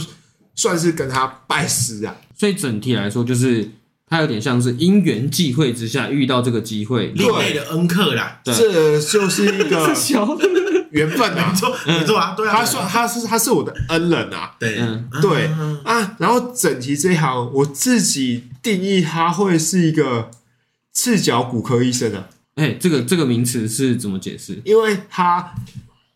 C: 算是跟他拜师啊，
A: 所以整体来说，就是它有点像是因缘际会之下遇到这个机会，
D: 另类的恩客啦，
A: 对
C: 这就是一 个
A: 小，
C: 缘分啊
D: 没。错没错啊，对啊，
C: 他说他是他是我的恩人啊
D: 对
A: 嗯
C: 对
D: 嗯
C: 啊，然后整体这一行我自己定义他会是一个赤脚骨科医生啊，
A: 哎、这个这个名词是怎么解释？
C: 因为他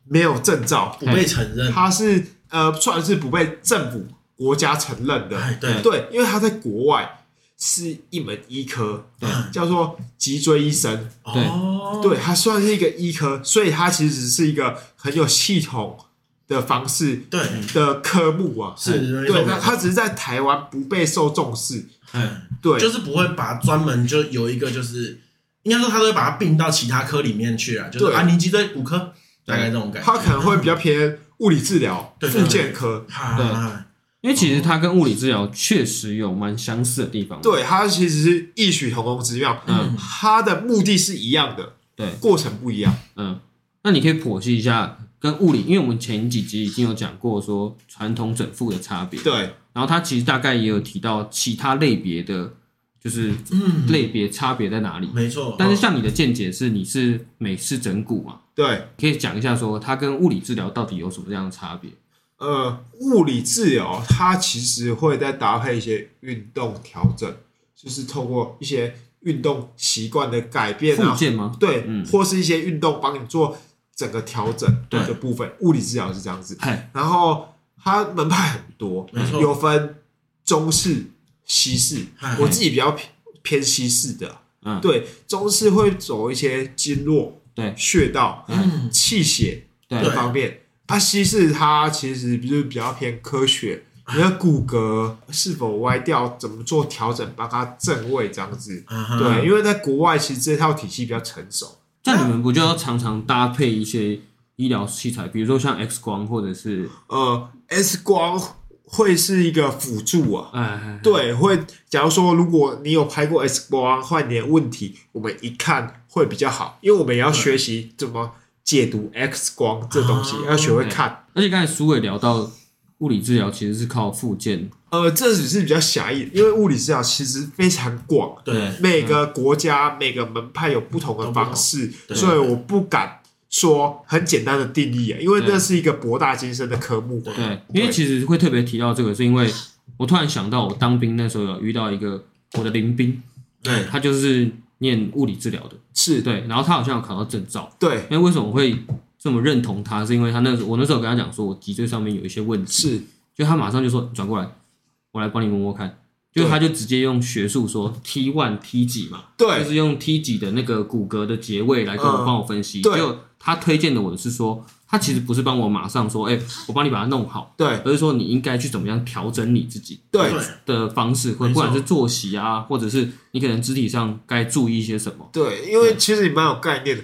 C: 没有证照，
D: 不被承认，
C: 他是呃算是不被政府国家承认的，
D: 哎对
C: 对，因为他在国外是一门医科，
A: 对
C: 叫做脊椎医生，
A: 对
D: 哦
C: 对，它算是一个医科，所以它其实是一个很有系统的方式
D: 对
C: 的科目啊。
D: 是没错
C: 对，
D: 没
C: 那
D: 错
C: 它只是在台湾不被受重视。
D: 嗯。
C: 对，
D: 就是不会把专门就有一个就是，应该说他都会把它并到其他科里面去啊，就是
C: 对
D: 啊，你脊椎骨科，大概这种感觉。
C: 它可能会比较偏物理治疗、
D: 对对
C: 复健科。
D: 哈，
A: 因为其实它跟物理治疗确实有蛮相似的地方。
C: 对，它其实是异曲同工之妙，
A: 嗯
C: 它的目的是一样的，
A: 对
C: 过程不一样。
A: 嗯，那你可以剖析一下跟物理，因为我们前几集已经有讲过说传统整复的差别，
C: 对，
A: 然后它其实大概也有提到其他类别的就是
D: 嗯，
A: 类别差别在哪里。
D: 没错。
A: 但是像你的见解是你是美式整骨嘛，
C: 对，
A: 可以讲一下说它跟物理治疗到底有什么样的差别？
C: 呃，物理治疗它其实会再搭配一些运动调整，就是透过一些运动习惯的改变
A: 附
C: 啊，
A: 件吗？
C: 对，
A: 嗯
C: 或是一些运动帮你做整个调整
D: 对
C: 的部分。物理治疗是这样子，
A: 嘿，
C: 然后它门派很多，
D: 没错
C: 有分中式、西式
D: 嗨，
C: 我自己比较偏偏西式的，啊
A: 嗯
C: 对，中式会走一些经络、
A: 对
C: 穴道、
D: 嗯，
C: 气血
A: 对
C: 这方面。啊，西式它其实就是比较偏科学，你的骨骼是否歪掉，怎么做调整，把它正位这样子。
D: 啊哈，
C: 对，因为在国外其实这套体系比较成熟。
A: 这样你们不就要常常搭配一些医疗器材，比如说像 X 光或者是
C: 呃，X 光会是一个辅助啊，
A: 哎，
C: 对，会。假如说如果你有拍过 X 光，啊换你的问题，我们一看会比较好，因为我们也要学习怎么解读 X 光这东西，
D: 啊
C: 要学会看。
A: 而且刚才苏伟聊到物理治疗其实是靠附件，
C: 呃，这只是比较狭义，因为物理治疗其实非常广，
D: 对，
C: 每个国家、每个门派有不同的方式，
D: 对
C: 所以我不敢说很简单的定义啊，因为
A: 对
C: 那是一个博大精深的科目嘛。
A: 对，因为其实会特别提到这个，是因为我突然想到我当兵那时候有遇到一个我的临兵，
D: 对，
A: 他就是念物理治疗的，
C: 是，
A: 对，然后他好像有考到证照，
C: 对，
A: 因为为什么我会这么认同他，是因为他那时候我那时候跟他讲说我脊椎上面有一些问题，
C: 是，
A: 就他马上就说转过来，我来帮你摸摸看。就
C: 对
A: 他就直接用学术说 T one T 几嘛，
C: 对
A: 就是用 T 几的那个骨骼的结位来跟我
C: 嗯
A: 帮我分析。
C: 对
A: 就他推荐的我的是说，他其实不是帮我马上说，哎、我帮你把它弄好，
C: 对，
A: 而是说你应该去怎么样调整你自己
C: 对，
A: 的方式，或
D: 没错
A: 不管是作息啊，或者是你可能肢体上该注意一些什么。
C: 对，因为其实你蛮有概念的。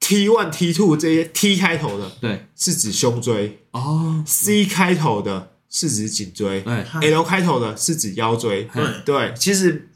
C: T one、T two 这些 T 开头的
A: 对，
C: 是指胸椎
A: 哦，
C: ，C 开头的是指颈椎
A: 哎，
D: 嗨
C: ，L 开头的是指腰椎。
D: 对，
C: 对，其实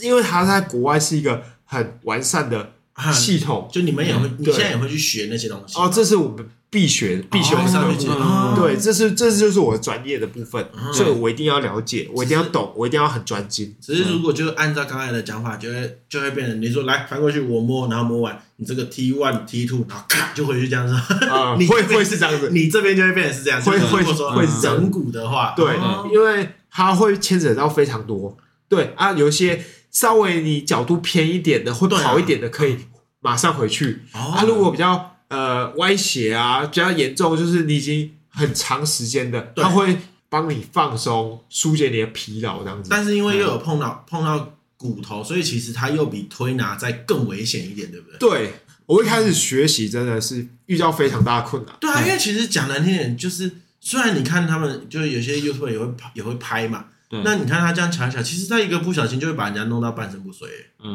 C: 因为它在国外是一个很完善的
D: 啊
C: 系统
D: 就你们也会，你
C: 对
D: 现在也会去学那些东西
C: 哦，这是我们必学必修
D: 哦
C: 科
D: 上去
C: 目。
A: 啊
D: 解哦
C: 嗯对，这是这就是我专业的部分，
D: 嗯
C: 所以我一定要了解，我一定要懂，我一定要很专精。
D: 只是如果就按照刚才的讲法，就会就会变成你说来翻过去我摸，然后摸完你这个 T one T two，然后咔就回去这样子，
C: 啊
D: 你
C: 会会是这样子
D: 你这边就会变成是这样子。
C: 会
D: 就是
C: 会
D: 如果说
C: 会
A: 是这样
D: 整骨的话，
C: 对
D: 哦，
C: 因为它会牵扯到非常多。对啊，有一些稍微你角度偏一点的，会
D: 对啊
C: 跑一点的，可以马上回去。
D: 哦
C: 啊，如果比较呃歪斜啊，比较严重，就是你已经很长时间的，
D: 对
C: 它会帮你放松，疏解你的疲劳这样子。
D: 但是因为又
C: 嗯
D: 有碰到碰到骨头，所以其实它又比推拿再更危险一点，对不对？
C: 对我一开始学习真的是遇到非常大的困难。
D: 对啊，
A: 嗯
D: 因为其实讲难听点，就是虽然你看他们就是有些 YouTube 也会拍也会拍嘛，
A: 对
D: 那你看他这样瞧一瞧，其实他一个不小心就会把人家弄到半身不遂。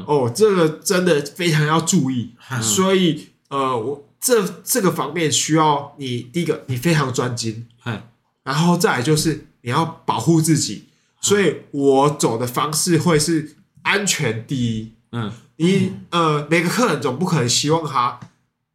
C: 哦，这个真的非常要注意，
D: 嗯
C: 所以呃，我这这个方面需要你第一个你非常专精
A: 嗯，
C: 然后再来就是你要保护自己，
A: 啊
C: 所以我走的方式会是安全第一。
A: 嗯，
C: 你呃，每个客人总不可能希望他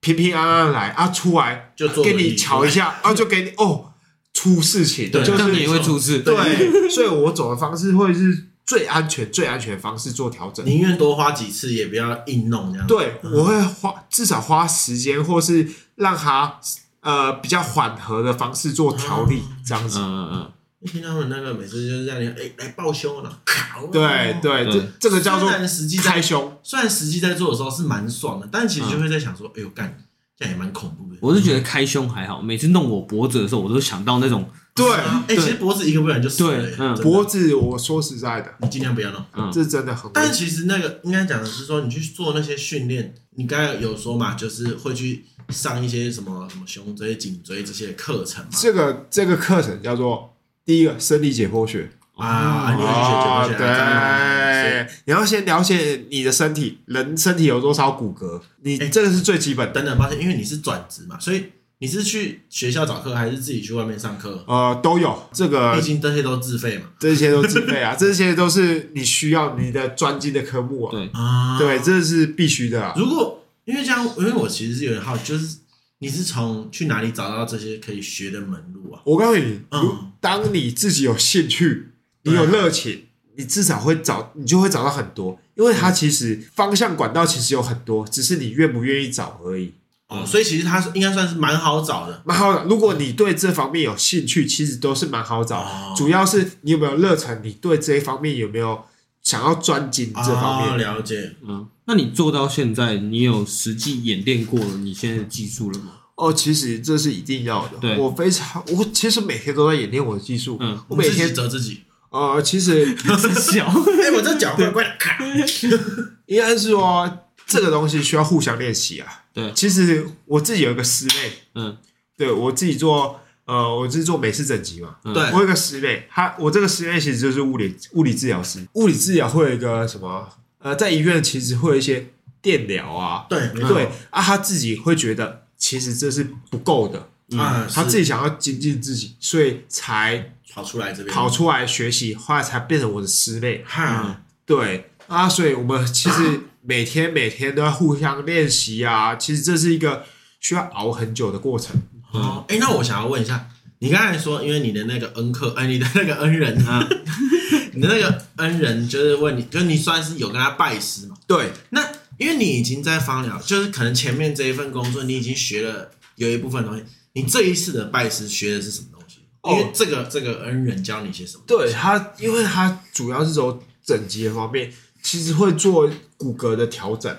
C: 平平安安来啊，出来
D: 就做
C: 给
D: 轮
C: 你
D: 椅
C: 瞧一下啊，就给你哦出事情，
D: 对
C: 就
A: 这样
C: 是
A: 子也会出事。
C: 对，所以我走的方式会是最安全、最安全的方式做调整。
D: 宁愿多花几次，也不要硬弄这样。，
C: 对，
A: 嗯
C: 我会花至少花时间，或是让他呃比较缓和的方式做调理，这样
A: 嗯
C: 子。
A: 嗯嗯，
D: 听他们那个每次就是在那里，哎、来抱胸了，靠
C: 对对，
A: 对
C: 这这个叫做
D: 虽然实际哦在嗯
C: 开胸。
D: 虽然实际在做的时候是蛮爽的，但其实就会在想说，哎呦干，这样也蛮恐怖的。
A: 我是觉得开胸还好，每次弄我脖子的时候，我都想到那种，
C: 对，
D: 哎、其实脖子一个不小心就死了、
A: 对
D: 哎
A: 嗯
D: 真的
C: 脖子我说实在的，
D: 你尽量不要弄。
A: 嗯，
C: 这真的很危
D: 但
C: 险。
D: 其实那个应该讲的是说，你去做那些训练，你刚才有说嘛，就是会去上一些什么什么胸椎、颈椎这些课程嘛。
C: 这个这个课程叫做第一个生理解剖学。
D: 啊，你有去
C: 哦，
D: 学解剖学啊？
C: 对，你要先了解你的身体，人身体有多少骨骼，你
D: 哎
C: 这个是最基本的。
D: 等等，抱歉，因为你是转职嘛，所以你是去学校找课，还是自己去外面上课？
C: 呃，都有这个
D: 毕竟这些都自费嘛。
C: 这些都自费啊，这些都是你需要你的专精的科目啊。
A: 对
D: 啊
C: 对，这是必须的啊。
D: 如果因为这样，因为我其实是有点好奇，就是你是从去哪里找到这些可以学的门路啊？
C: 我告诉你，如
D: 嗯
C: 当你自己有兴趣，你有热情，你至少会找，你就会找到很多，因为它其实方向管道其实有很多，只是你愿不愿意找而已。
D: 嗯
B: 哦，所以其实它是应该算是蛮好找的。
C: 蛮好找，如果你对这方面有兴趣，其实都是蛮好找，
B: 哦
C: 主要是你有没有热忱，你对这一方面有没有想要专精这方
B: 哦
D: 啊
C: 面。
B: 了解，
A: 嗯，那你做到现在，你有实际演练过你现在的技术了 吗？
C: 哦，其实这是一定要的
A: 对。
C: 我非常，我其实每天都在演练我的技术。
A: 嗯
C: 我每
D: 自 己
C: 天
D: 责自己，
C: 呃，其实
A: 小，
B: 哎，我这脚怪怪的，咔，
C: 应该是说这个东西需要互相练习啊。
A: 对
C: 其实我自己有一个师妹，
A: 嗯
C: 对我自己做，呃，我是做美式整脊嘛。
A: 嗯
D: 对
C: 我有一个师妹，她我这个师妹其实就是物理物理治疗师，物理治疗会有一个什么呃，在医院其实会有一些电疗啊，
B: 对
A: 嗯
B: 没错
C: 对啊，她自己会觉得其实这是不够的，
B: 啊，
C: 她嗯自
B: 己
C: 己想要精进自己，所以才
B: 跑出来这边，
C: 跑出嗯来学习，后来才变成我的师妹。
B: 哈，
C: 对啊，所以我们其实每天每天都要互相练习啊，其实这是一个需要熬很久的过程。
D: 嗯
B: 嗯，
D: 哎、那我想要问一下，你刚才说，因为你的那个恩客，哎、你的那个恩人 啊，你的那个恩人就是问你，就是你算是有跟他拜师嘛？
C: 对，
D: 那因为你已经在芳疗，就是可能前面这一份工作你已经学了有一部分东西，你这一次的拜师学的是什么东西？
C: 哦
D: 因为这个这个恩人教你些什么？
C: 对他，因为他主要是走整脊的方面，其实会做骨骼的调整，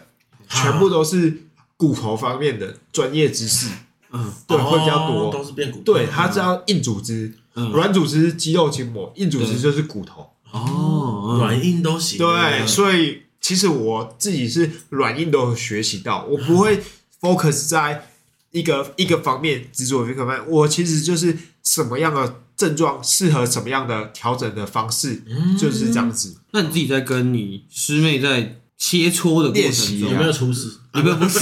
C: 全部都是骨头方面的专业知识。
A: 嗯
C: 对，会比较
D: 哦都
C: 多。
D: 是变骨。
C: 对，他知道硬组织、
A: 嗯，
C: 软组织是肌肉筋膜，硬组织
A: 对
C: 就是骨头。
A: 哦，嗯
D: 软硬都行。
C: 对，所以其实我自己是软硬都有学习到，我不会 focus 在一个一个方面执着于一个方面，我其实就是什么样的症状适合什么样的调整的方式，就是这样子。
A: 那你自己在跟你师妹在切磋的过
C: 练
A: 程
C: 习
A: 中，
D: 有没有出 事？
A: 有没有不是？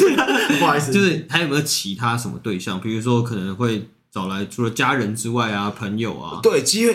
D: 不好意思，
A: 就是还有没有其他什么对象？比如说可能会找来除了家人之外啊，朋友啊，
C: 对，其实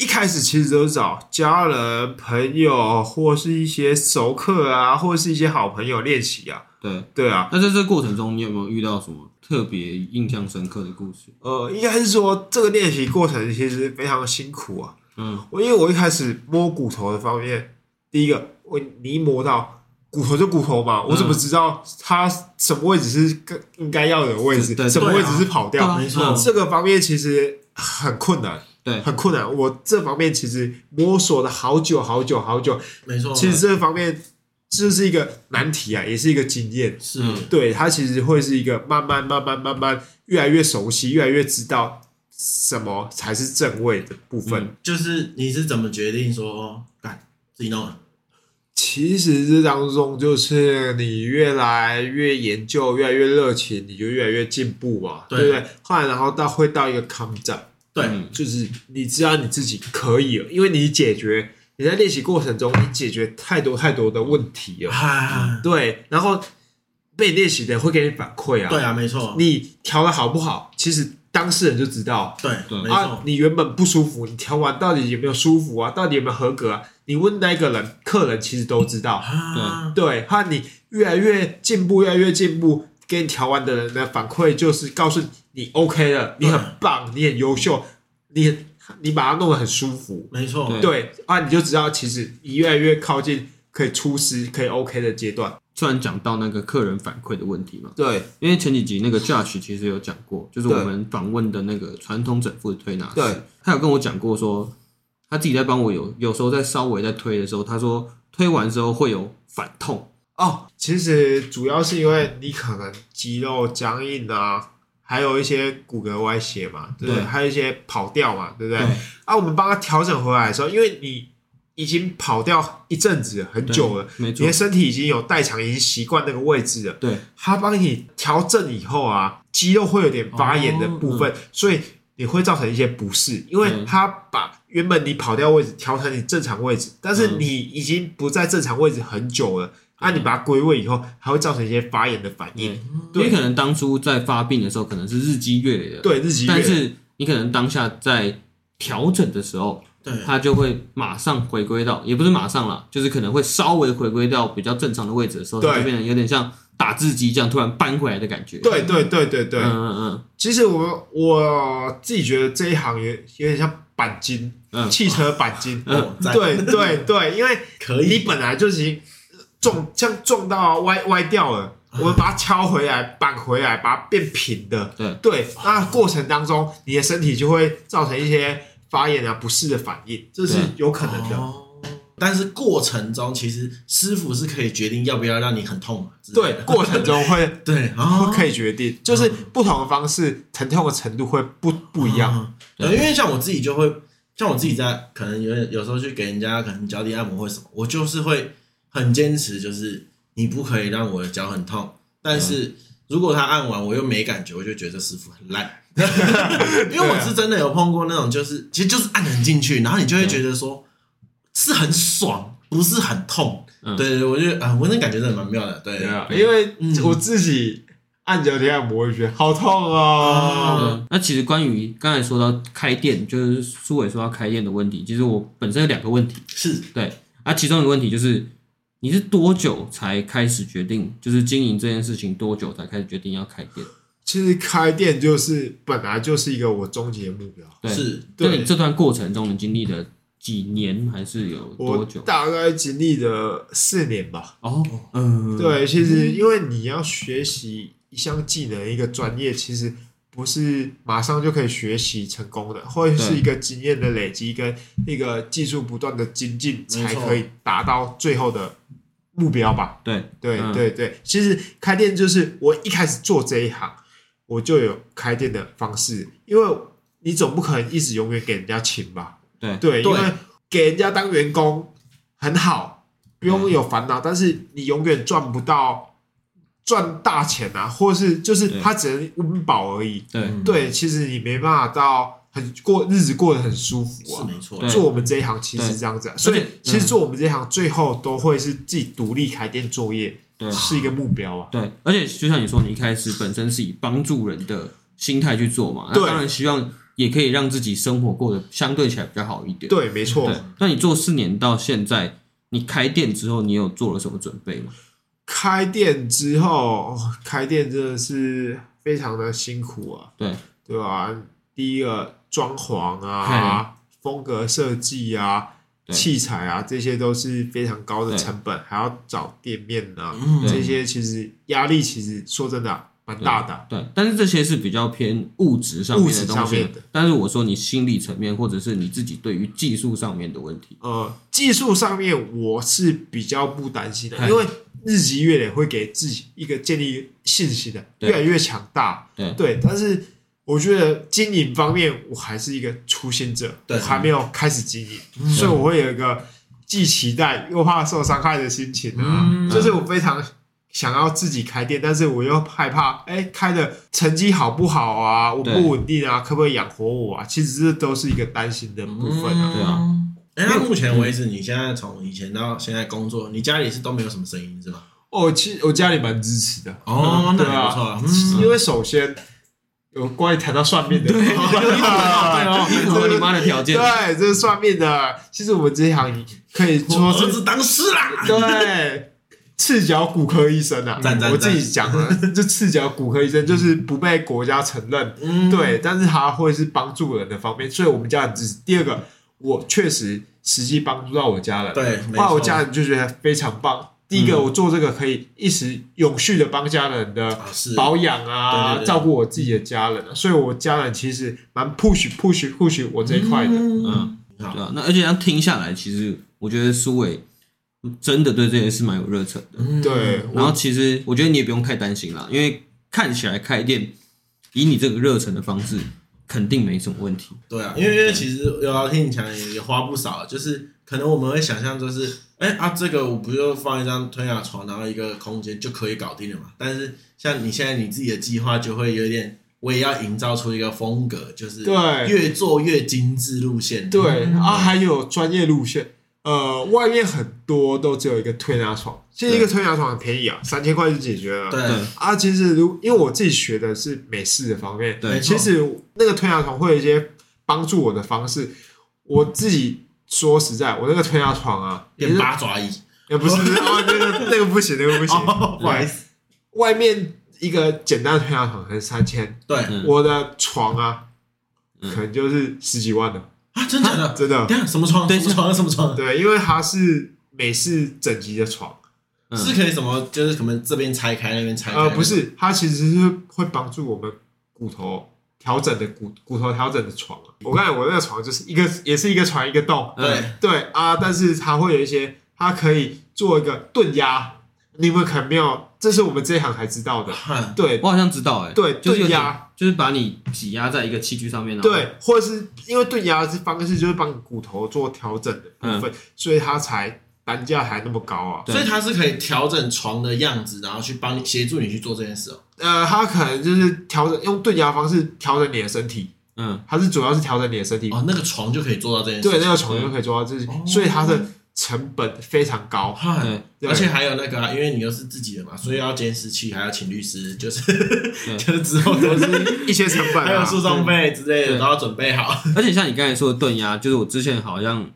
C: 一开始其实都是找家人、朋友或是一些熟客啊，或是一些好朋友练习啊。
A: 对。
C: 对啊，
A: 那在这个过程中，你有没有遇到什么特别印象深刻的故事？
C: 呃，应该是说这个练习过程其实非常辛苦啊。
A: 嗯，
C: 我因为我一开始摸骨头的方面，第一个我你一摸到骨头就骨头嘛，我怎
A: 嗯
C: 么知道它什么位置是更应该要的位置，
A: 对对
C: 什么位置是跑掉？
A: 啊
D: 没错
A: 嗯
C: 这个方面其实很困难，
A: 对
C: 很困难。我这方面其实摸索了好久好久好久，
A: 哦
D: 没错。
C: 其实这方面这是一个难题啊，也是一个经验。
D: 是
A: 嗯
C: 对，它其实会是一个慢慢慢慢慢慢越来越熟悉，越来越知道什么才是正位的部分。
A: 嗯
D: 就是你是怎么决定说哦干自己弄啊了？
C: 其实这当中就是你越来越研究，越来越热情，你就越来越进步嘛，
D: 对
C: 对不对？后来然后到会到一个康展，
D: 对，
A: 嗯
C: 就是你知道你自己可以了，因为你解决你在练习过程中，你解决太多太多的问题了，
D: 啊，
C: 对，然后被练习的会给你反馈啊，
D: 对，啊，没错，
C: 你调的好不好，其实当事人就知道，
D: 对，
A: 对
D: 没
C: 啊
D: 错，，
C: 你原本不舒服，你调完到底有没有舒服啊？到底有没有合格啊？你问那个人，客人其实都知道。
D: 啊，
C: 对，和你越来越进步，越来越进步，给你调完的人的反馈就是告诉你，你 OK 了，
D: 对
C: 你很棒，你很优秀，你很你把它弄得很舒服。
D: 没错，
A: 对
C: 对啊，你就知道其实你越来越靠近可以出师、可以 OK 的阶段。
A: 突然讲到那个客人反馈的问题嘛，
C: 对
A: 因为前几集那个 Josh 其实有讲过，就是
C: 对
A: 我们访问的那个传统整复的推拿师，
C: 对
A: 他有跟我讲过说，他自己在帮我有有时候在稍微在推的时候，他说推完之后会有反痛，
C: 哦，其实主要是因为你可能肌肉僵硬啊，还有一些骨骼歪斜嘛，对不对？
A: 对
C: 还有一些跑掉嘛，对不对？
A: 对
C: 啊，我们帮他调整回来的时候，因为你已经跑掉一阵子了很久了，
A: 没
C: 你
A: 错
C: 的，身体已经有代偿，已经习惯那个位置了。
A: 对，
C: 他帮你调正以后啊，肌肉会有点发炎的部分，所以你会造成一些不适，因为
A: 哦嗯
C: 他把原本你跑掉位置调成你正常位置，但是
A: 嗯
C: 你已经不在正常位置很久了，啊，你把它归位以后，还会造成一些发炎的反应。
A: 因
C: 对
A: 为可能当初在发病的时候可能是日积月累的，
C: 对，日积月
A: 但
C: 累，
A: 是你可能当下在调整的时候，
D: 对，
A: 它就会马上回归到，也不是马上啦，就是可能会稍微回归到比较正常的位置的时候，
C: 对
A: 它就变得有点像打字机这样突然搬回来的感觉。
C: 对对对对对。
A: 嗯嗯
C: 其实我我自己觉得这一行有有点像钣金，
A: 嗯嗯
C: 汽车钣金。
B: 哦赞
C: 呃对对对，因为
D: 可
C: 你
D: 以，
C: 本来就已经撞，像撞到啊歪歪掉
D: 嗯
C: 了，我们把它敲回来、扳回来，把它变平的。
A: 对
C: 对，那过程当中，你的身体就会造成一些发炎啊、不适的反应，这是
A: 对
C: 有可能的。
D: 哦。但是过程中，其实师傅是可以决定要不要让你很痛嘛。之类
C: 对
D: 的，
C: 过程中 会
D: 对，哦然后
C: 会 可以决定，就是不同的方式，疼痛的程度会不不一样。
D: 嗯。对，因为像我自己就会，像我自己在可能有点有时候去给人家可能脚底按摩或什么，我就是会很坚持，就是你不可以让我的脚很痛。但是如果他按完我又没感觉，我就觉得这师傅很烂。因为我是真的有碰过那种，就是其实就是按很进去，然后你就会觉得说是很爽，不是很痛。
A: 嗯
D: 对对，对我觉得啊、我那感觉真的蛮妙的。对
A: 对啊，
C: 因为
D: 嗯
C: 我自己按脚底按摩，我也觉得好痛哦。
D: 啊，
A: 嗯那其实关于刚才说到开店，就是苏伟说到开店的问题，其实我本身有两个问题，
D: 是
A: 对，啊，其中一个问题就是你是多久才开始决定，就是经营这件事情多久才开始决定要开店？
C: 其实开店就是本来就是一个我终极的目标。
A: 对，
D: 是，
A: 那
C: 对
A: 你这段过程中你经历了几年，还是有
C: 我
A: 多久？
C: 大概经历了四年吧。
A: 哦，嗯，，
C: 对，其实因为你要学习一项技能、一个专业，其实不是马上就可以学习成功的，或者是
A: 对
C: 一个经验的累积跟一个技术不断的精进，
D: 没错
C: 才可以达到最后的目标吧。
A: 对，
C: 对、
A: 嗯
C: 对对，其实开店就是我一开始做这一行，我就有开店的方式，因为你总不可能一直永远给人家请吧。
A: 对，
C: 对，因
D: 对
C: 为给人家当员工很好，不用有烦恼，但是你永远赚不到赚大钱啊，或是就是
A: 对
C: 他只能温饱而已。
A: 对，
D: 嗯
C: 对，其实你没办法到很过日子过得很舒服
D: 是
C: 啊。
D: 没错
A: 对，
C: 做我们这一行其实
A: 对
C: 是这样子、啊，所以
A: 嗯
C: 其实做我们这一行最后都会是自己独立开店作业，
A: 对
C: 是一个目标啊。
A: 对，而且就像你说，你一开始本身是以帮助人的心态去做嘛，那
C: 对
A: 当然希望也可以让自己生活过得相对起来比较好一点。
C: 对，没错。
A: 对，那你做四年到现在，你开店之后，你有做了什么准备吗？
C: 开店之后，哦开店真的是非常的辛苦啊。
A: 对，
C: 对吧、第一个装潢啊、风格设计啊、
A: 对
C: 器材啊，这些都是非常高的
A: 对
C: 成本，还要找店面啊，
D: 嗯
A: 对
C: 这些其实压力其实说真的啊蛮大的啊。
A: 对，但是这些是比较偏物质上面
C: 物
A: 的
C: 质
A: 东
C: 上
A: 西
C: 面的。
A: 但是我说你心理层面，或者是你自己对于技术上面的问题，
C: 呃，技术上面我是比较不担心的，
A: 嗨
C: 因为日积月累会给自己一个建立信心的，
A: 对
C: 越来越强大。
A: 对
C: 但是我觉得经营方面，我还是一个初心者，
D: 对
C: 我还没有开始经
A: 嗯
C: 营，所以我会有一个既期待又怕受伤害的心情啊，
D: 嗯
C: 就是我非常。想要自己开店，但是我又害怕，哎、开的成绩好不好啊？稳
A: 对
C: 不稳定啊？可不可以养活我啊？其实这都是一个担心的部分啊。
A: 对啊。
D: 哎、那目前为止，你现在从以前到现在工作，你家里是都没有什么声音是吗？
C: 哦，其实我家里蛮支持的，
D: 哦，那
C: 对
D: 也不错啊
C: 啊。，因为首先有关于谈到算命的， 对
A: 哦， 符合你妈的条件。
C: 啊对，啊这是算命的。其实我们这一行可以
D: 我
C: 说
D: 儿
C: 是
D: 子当师啦，
C: 对赤脚骨科医生啊
D: 赞赞，赞
C: 我自己讲的，就赤脚骨科医生就是不被国家承认，
D: 嗯，
C: 对，但是他会是帮助人的方面，所以我们家人支持。第二个，我确实实际帮助到我家人，
D: 对没
C: 哇，
D: 错嗯
C: 我家人就觉得非常棒。第一个，我做这个可以一时永续的帮家人的
D: 啊是
C: 保养啊，
D: 对对对
C: 照顾我自己的家人、啊，所以我家人其实蛮 push push push 我这一块的。
A: 嗯，
D: 好
A: 对啊。那而且这样听下来，其实我觉得苏伟真的对这件事蛮有热忱的。
D: 嗯
C: 对，
A: 然
C: 我
A: 后其实我觉得你也不用太担心啦，因为看起来开店以你这个热忱的方式，肯定没什么问题。
D: 对啊，因为因为其实有聊天讲也也花不少，啊就是可能我们会想象就是，哎、啊，这个我不就放一张推拿床，然后一个空间就可以搞定了嘛。但是像你现在你自己的计划就会有点，我也要营造出一个风格，就是
C: 对
D: 越做越精致路线。
C: 对
D: 嗯
C: 啊，还有专业路线，呃，外面很多都只有一个推拿床，其实一个推拿床很便宜啊，三千块就解决了。
D: 对
A: 对
C: 啊，其实如因为我自己学的是美式的方面，
A: 对
D: 没错
C: 其实那个推拿床会有一些帮助我的方式。我自己说实在，我那个推拿床啊，也
D: 变
C: 是
D: 八爪椅。
C: 也不是哦，那个那个不行，那个不行。
D: 哦，不好意思，
C: 外面一个简单的推拿床可能三千，
D: 对，
A: 嗯
C: 我的床啊，
A: 嗯
C: 可能就是十几万的。
D: 啊，真的假的？
C: 真的。
D: 等一下什么床？
A: 等一
D: 什
A: 下
D: 么床？什么床？
C: 对，因为它是美式整级的床，
A: 嗯
D: 是可以什么？就是可能这边拆开，那边拆开。
C: 呃，不，是，它其实是会帮助我们骨头调整的骨骨头调整的床啊。我刚才我那个床就是一个，也是一个床一个洞，
D: 对
A: 嗯，
C: 对啊，但是它会有一些，它可以做一个顿压，你们可能没有，这是我们这一行才知道的。
D: 哈
C: 对
A: 我好像知道哎、
C: 对，
A: 就是有
C: 顿
A: 点
C: 压，
A: 就是把你挤压在一个器具上面，然后，啊
C: 对，或者是因为顿压是方式就是帮你骨头做调整的部分，所以它才单价才那么高啊。
A: 对
D: 所以它是可以调整床的样子，然后去帮你协助你去做这件事哦。
C: 呃，它可能就是调整用顿压方式调整你的身体，
A: 嗯，
C: 它是主要是调整你的身体。
D: 哦，那个床就可以做到这件事。
C: 对，那个床就可以做到这些，
D: 哦
C: 所以它的成本非常 高。
D: 哈
A: 对
C: 对
D: 而且还有那个、啊，因为你又是自己的嘛，所以要监视器，还要请律师，就是 就是之后都是
C: 一些成本、啊，
D: 还有诉讼费之类
A: 对
D: 的都要准备好。
A: 而且像你刚才说的顿压，就是我之前好像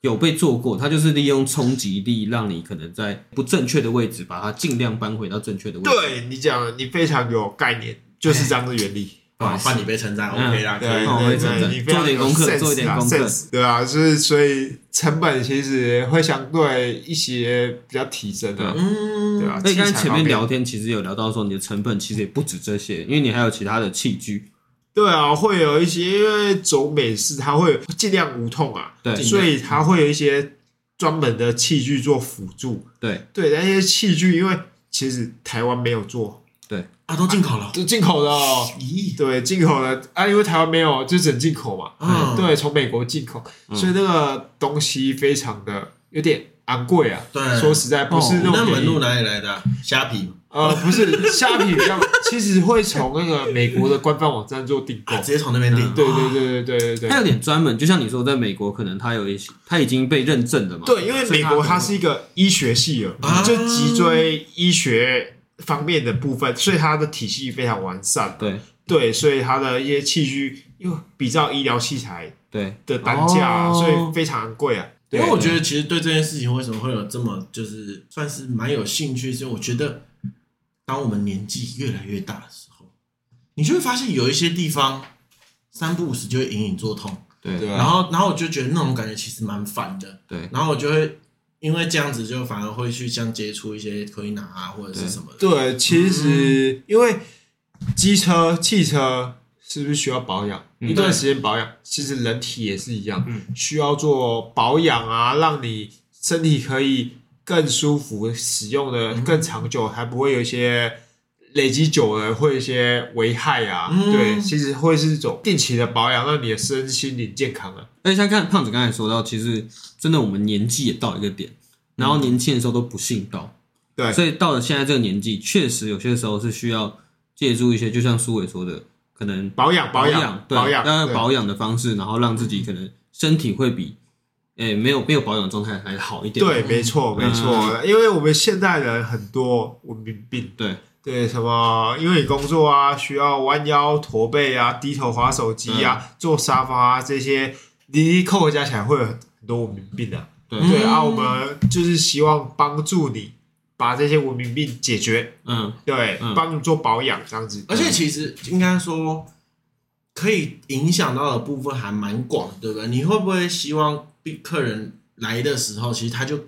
A: 有被做过，它就是利用冲击力让你可能在不正确的位置把它尽量搬回到正确的位置。
C: 对你讲的，你非常有概念，就是这样的原理。
D: 啊，换你被称赞
A: 嗯
D: ，OK 啦，可以
A: 好我
C: 对
A: 也承
C: 对，
A: 认
C: 你非常
A: 做点
C: 有
A: 功课
C: sense 啊
A: 做一点功课
C: sense 对啊，就是所以成本其实会相对一些比较提升的，
D: 嗯，
C: 对啊。
A: 那你刚才
C: 器材
A: 前面
C: 方
A: 聊天其实有聊到说你的成本其实也不止这些，因为你还有其他的器具。
C: 对啊，会有一些，因为走美式，它会尽量无痛啊，
A: 对
C: 所以它会有一些专门的器具做辅助。
A: 对
C: 对，那些器具因为其实台湾没有做，
D: 啊，都进口了，
C: 就进口的哦。
D: 咦，
C: 对，进口的啊，因为台湾没有，就只能进口嘛。
D: 嗯，
C: 对，从美国进口，所以那个东西非常的有点昂贵啊。
D: 对
C: 说实在不是
D: 你
C: 哦那
D: 那
C: 种
D: 门
C: 便宜
D: 路哪里来的啊？虾皮吗
C: 呃，不是虾皮比较，其实会从那个美国的官方网站做订购
D: 啊，。直接从那边订。啊
C: 对对对对对对对。
A: 它有点专门，就像你说，在美国可能它有一些，它已经被认证了嘛。
C: 对，因为美国它是一个医学系了，
D: 啊
C: 就脊椎医学方面的部分，所以它的体系非常完善。
A: 对
C: 对，所以它的一些器具又比较医疗器材
A: 对
C: 的单价啊、
A: 哦
C: 所以非常贵啊。
D: 因
C: 对
D: 为我觉得其实对这件事情为什么会有这么就是算是蛮有兴趣，是因为我觉得当我们年纪越来越大的时候，你就会发现有一些地方三不五时就会隐隐作痛，
A: 对
B: 对
D: 然
B: 啊，
D: 后然后我就觉得那种感觉其实蛮烦的，
A: 对，
D: 然后我就会因为这样子就反而会去像接触一些推拿啊或者是什么的，
C: 对，其实、因为机车、汽车是不是需要保养？
A: 嗯
C: 一段时间保养，其实人体也是一样，
A: 嗯
C: 需要做保养啊，让你身体可以更舒服，使用的更长久，还不会有一些累积久了会有一些危害啊。
D: 嗯
C: 对，其实会是一种定期的保养，让你的身心灵健康啊。
A: 而且像看胖子刚才说到，其实真的我们年纪也到一个点，然后年轻的时候都不信道，
C: 嗯对
A: 所以到了现在这个年纪，确实有些时候是需要借助一些，就像苏伟说的，可能
C: 保养、保
A: 养
C: 养、、
A: 对，
C: 保养，
A: 要
C: 对
A: 保养的方式，然后让自己可能身体会比诶、没有没有保养的状态还好一点。
C: 对，没错，没错，因为我们现代人很多文明病。
A: 对
C: 对，什么？因为你工作啊，需要弯腰驼背啊，低头划手机啊，坐沙发啊，这些零零扣扣加起来会有很多文明病的、啊。
A: 对
D: 嗯
C: 对啊，我们就是希望帮助你把这些文明病解决，
A: 嗯，
C: 对，
A: 嗯
C: 帮你做保养这样子。
D: 而且其实应该说，可以影响到的部分还蛮广的，对不对？你会不会希望被客人来的时候，其实他就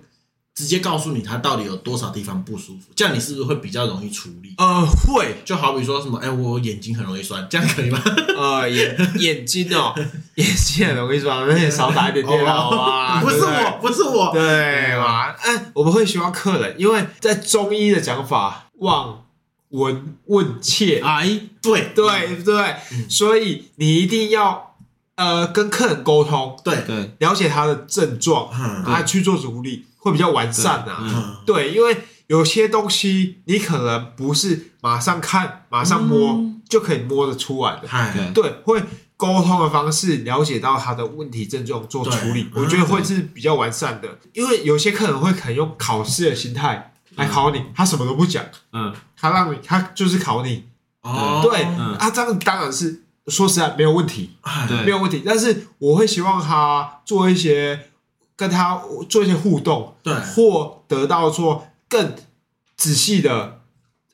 D: 直接告诉你他到底有多少地方不舒服，这样你是不是会比较容易处理？
C: 呃，会
D: 就好比说什么，哎、我眼睛很容易酸，这样可以吗？
C: 呃眼眼睛 哦，眼睛很容易酸，那也少哦打一点电脑啊，
D: 不是
C: 对对
D: 我，不是我，
C: 对嘛？嗯、我们会希望客人，因为在中医的讲法，望闻问切，
A: 哎，
D: 对
C: 对不对？
D: 嗯
C: 所以你一定要呃跟客人沟通，
D: 对，
A: 对
C: 了解他的症状，
D: 嗯
C: 啊去做处理会比较完善
A: 对
C: 啊。
D: 嗯，
C: 对，因为有些东西你可能不是马上看、马上摸、
D: 嗯
C: 就可以摸得出来的，
D: 嗨，
C: 对，会沟通的方式了解到他的问题症状做处理，
D: 对
C: 我觉得会是比较完善的。因为有些客人会可能用考试的心态
D: 嗯
C: 来考你，他什么都不讲，
A: 嗯，
C: 他让你他就是考你，
D: 哦，
C: 对，
A: 嗯
C: 啊，这样当然是说实在没有问题，
D: 嗨
A: 对
C: 没有问题。但是我会希望他做一些跟他做一些互动，
D: 对，
C: 或得到做更仔细的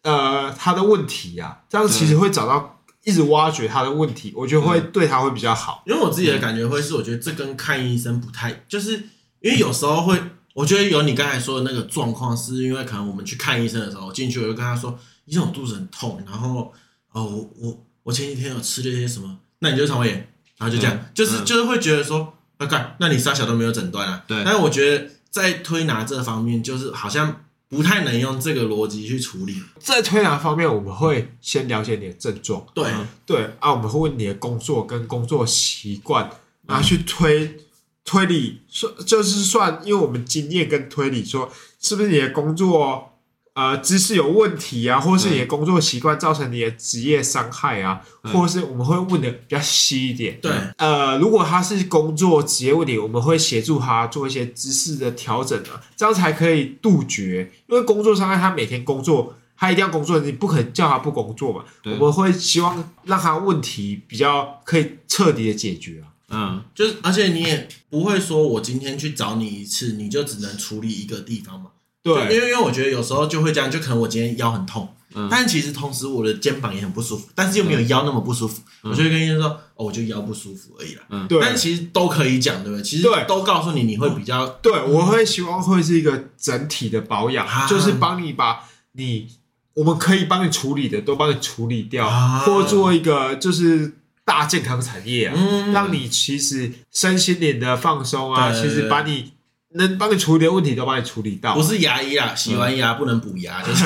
C: 呃他的问题啊，这样其实会找到一直挖掘他的问题，我觉得会对他会比较好。
D: 因为我自己的感觉会是，我觉得这跟看医生不太，就是因为有时候会，我觉得有你刚才说的那个状况，是因为可能我们去看医生的时候，我进去我就跟他说，医生我肚子很痛，然后哦我我我前几天有吃了一些什么，那你就肠胃炎，然后就这样，
A: 嗯
D: 就是
A: 嗯
D: 就是会觉得说，那、干，那你傻小都没有诊断啊，
A: 对
D: 但是我觉得在推拿这方面，就是好像不太能用这个逻辑去处理，
C: 在推拿方面，我们会先了解你的症状，
D: 对，
A: 嗯
C: 对啊，我们会问你的工作跟工作习惯，然后去推推理，算就是算，因为我们经验跟推理说，是不是你的工作呃知识有问题啊，或是你的工作习惯造成你的职业伤害啊，
A: 嗯
C: 或是我们会问的比较细一点。
D: 对，
C: 呃，如果他是工作职业问题，我们会协助他做一些知识的调整啊，这样才可以杜绝。因为工作伤害，他每天工作，他一定要工作，你不可能叫他不工作嘛。
A: 对
C: 我们会希望让他问题比较可以彻底的解决啊。
A: 嗯，
D: 就是，而且你也不会说，我今天去找你一次，你就只能处理一个地方嘛。就
C: 对，
D: 因为因为我觉得有时候就会这样，就可能我今天腰很痛，
A: 嗯
D: 但其实同时我的肩膀也很不舒服，但是又没有腰那么不舒服，我就会跟医生说，哦，我就腰不舒服而已啦。
C: 对，
D: 但其实都可以讲，对不对？其实
C: 对
D: 都告诉你，你会比较
C: 对，我会希望会是一个整体的保养，
D: 啊
C: 就是帮你把你我们可以帮你处理的都帮你处理掉，
D: 啊
C: 或做一个就是大健康产业啊，
D: 嗯
C: 让你其实身心灵的放松啊，
D: 对
C: 其实把你能帮你处理的问题都帮你处理到
D: 不。是牙医啦，洗完牙不能补牙，就是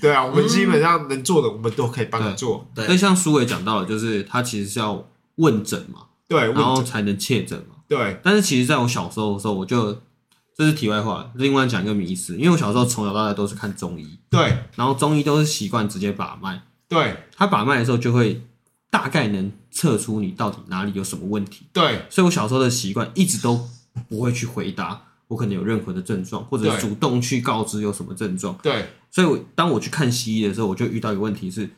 C: 对啊，我们基本上能做的，我们都可以帮你
A: 对
C: 做。
D: 对
A: 所以像苏伟讲到的，就是他其实是要问诊嘛，
C: 对，
A: 然
C: 我
A: 后才能确诊嘛。
C: 对
A: 但是其实在我小时候的时候，我就这是题外话，另外讲一个迷思，因为我小时候从小到大都是看中医，
C: 对
A: 然后中医都是习惯直接把脉，
C: 对
A: 他把脉的时候就会大概能测出你到底哪里有什么问题。
C: 对
A: 所以我小时候的习惯一直都不会去回答我可能有任何的症状，或者是
C: 对
A: 主动去告知有什么症状。
C: 对
A: 所以我当我去看西医的时候，我就遇到一个问题是，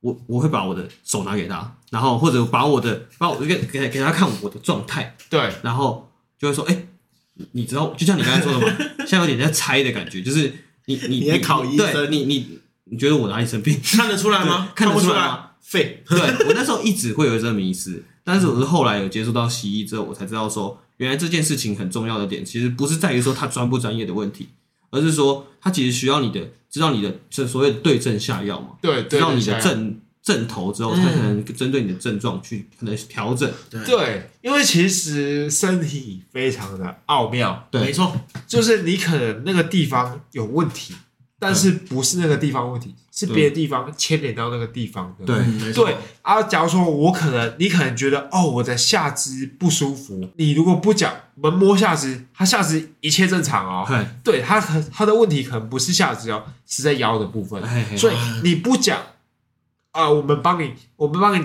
A: 我我会把我的手拿给他，然后或者把我的把我给给给他看我的状态，
C: 对
A: 然后就会说，哎、你你知道，就像你刚才说的嘛， 现在有点在猜的感觉，就是你你
D: 你在考医生
A: 对你你你觉得我哪里生病？
D: 看得出来吗？
A: 对看
D: 不
A: 得
D: 出
A: 出来
D: 来
A: 吗，
D: 肺
A: 对我那时候一直会有这个迷思，但是我是后来有接触到西医之后，我才知道说，原来这件事情很重要的点，其实不是在于说他专不专业的问题，而是说他其实需要你的知道你的这所谓的对症下药嘛，
C: 对
A: 知
C: 对，
A: 道你
C: 对
A: 的症症头之后，他才能针对你的症状去可能调整。
C: 对，因为其实身体非常的奥妙。
A: 对
D: 没错，
C: 就是你可能那个地方有问题，但是不是那个地方问题，是别的地方牵连到那个地方的。
A: 对
D: 嗯没错
C: 对，啊，假如说我可能你可能觉得哦我的下肢不舒服，你如果不讲我们摸下肢，他下肢一切正常哦。
A: 嘿
C: 对他可他的问题可能不是下肢哦，是在腰的部分。
A: 嘿嘿
C: 所以你不讲啊、我们帮你我们帮你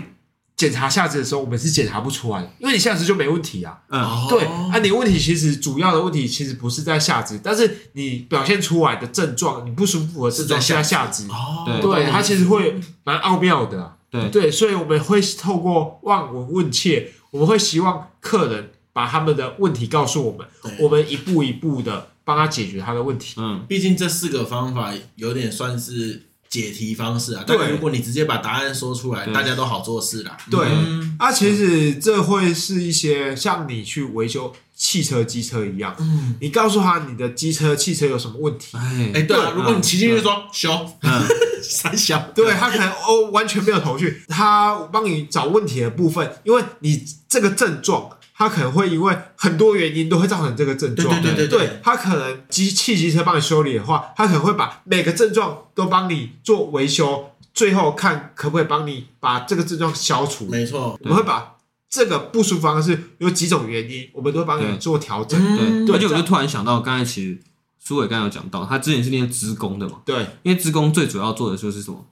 C: 检查下肢的时候，我们是检查不出来的，因为你下肢就没问题啊。
A: 嗯，
C: 对
D: 哦
C: 啊，你问题其实主要的问题其实不是在下肢，但是你表现出来的症状，你不舒服的症状是在下肢。
D: 哦
A: 对
C: 对，它其实会蛮奥妙的啊、
A: 对
C: 对，所以我们会透过望闻问切，我们会希望客人把他们的问题告诉我们，
D: 对
C: 我们一步一步的帮他解决他的问题。
A: 嗯，
D: 毕竟这四个方法有点算是解题方式啊，
C: 对
D: 但如果你直接把答案说出来，
A: 对
D: 大家都好做事啦。
C: 对
D: 嗯
C: 啊，其实这会是一些像你去维修汽车、机车一样，
D: 嗯，
C: 你告诉他你的机车、汽车有什么问题，
A: 哎
D: 哎，对啊，
C: 对
D: 如果你骑进去说修
A: 嗯，
D: 三小，
C: 对他可能哦完全没有头绪，他帮你找问题的部分，因为你这个症状，他可能会因为很多原因都会造成这个症
D: 对
C: 状。
D: 对对对，
C: 他可能机汽机车帮你修理的话，他可能会把每个症状都帮你做维修，最后看可不可以帮你把这个症状消除。
D: 没错，
C: 我们会把这个不舒服方式有几种原因，我们都会帮你
A: 对
C: 做调整。
A: 对，
D: 嗯
C: 对
A: 而且我
C: 这
A: 就
C: 样
A: 突然想到，刚才其实苏伟刚才有讲到，他之前是念职工的嘛，
C: 对
A: 因为职工最主要做的就是什么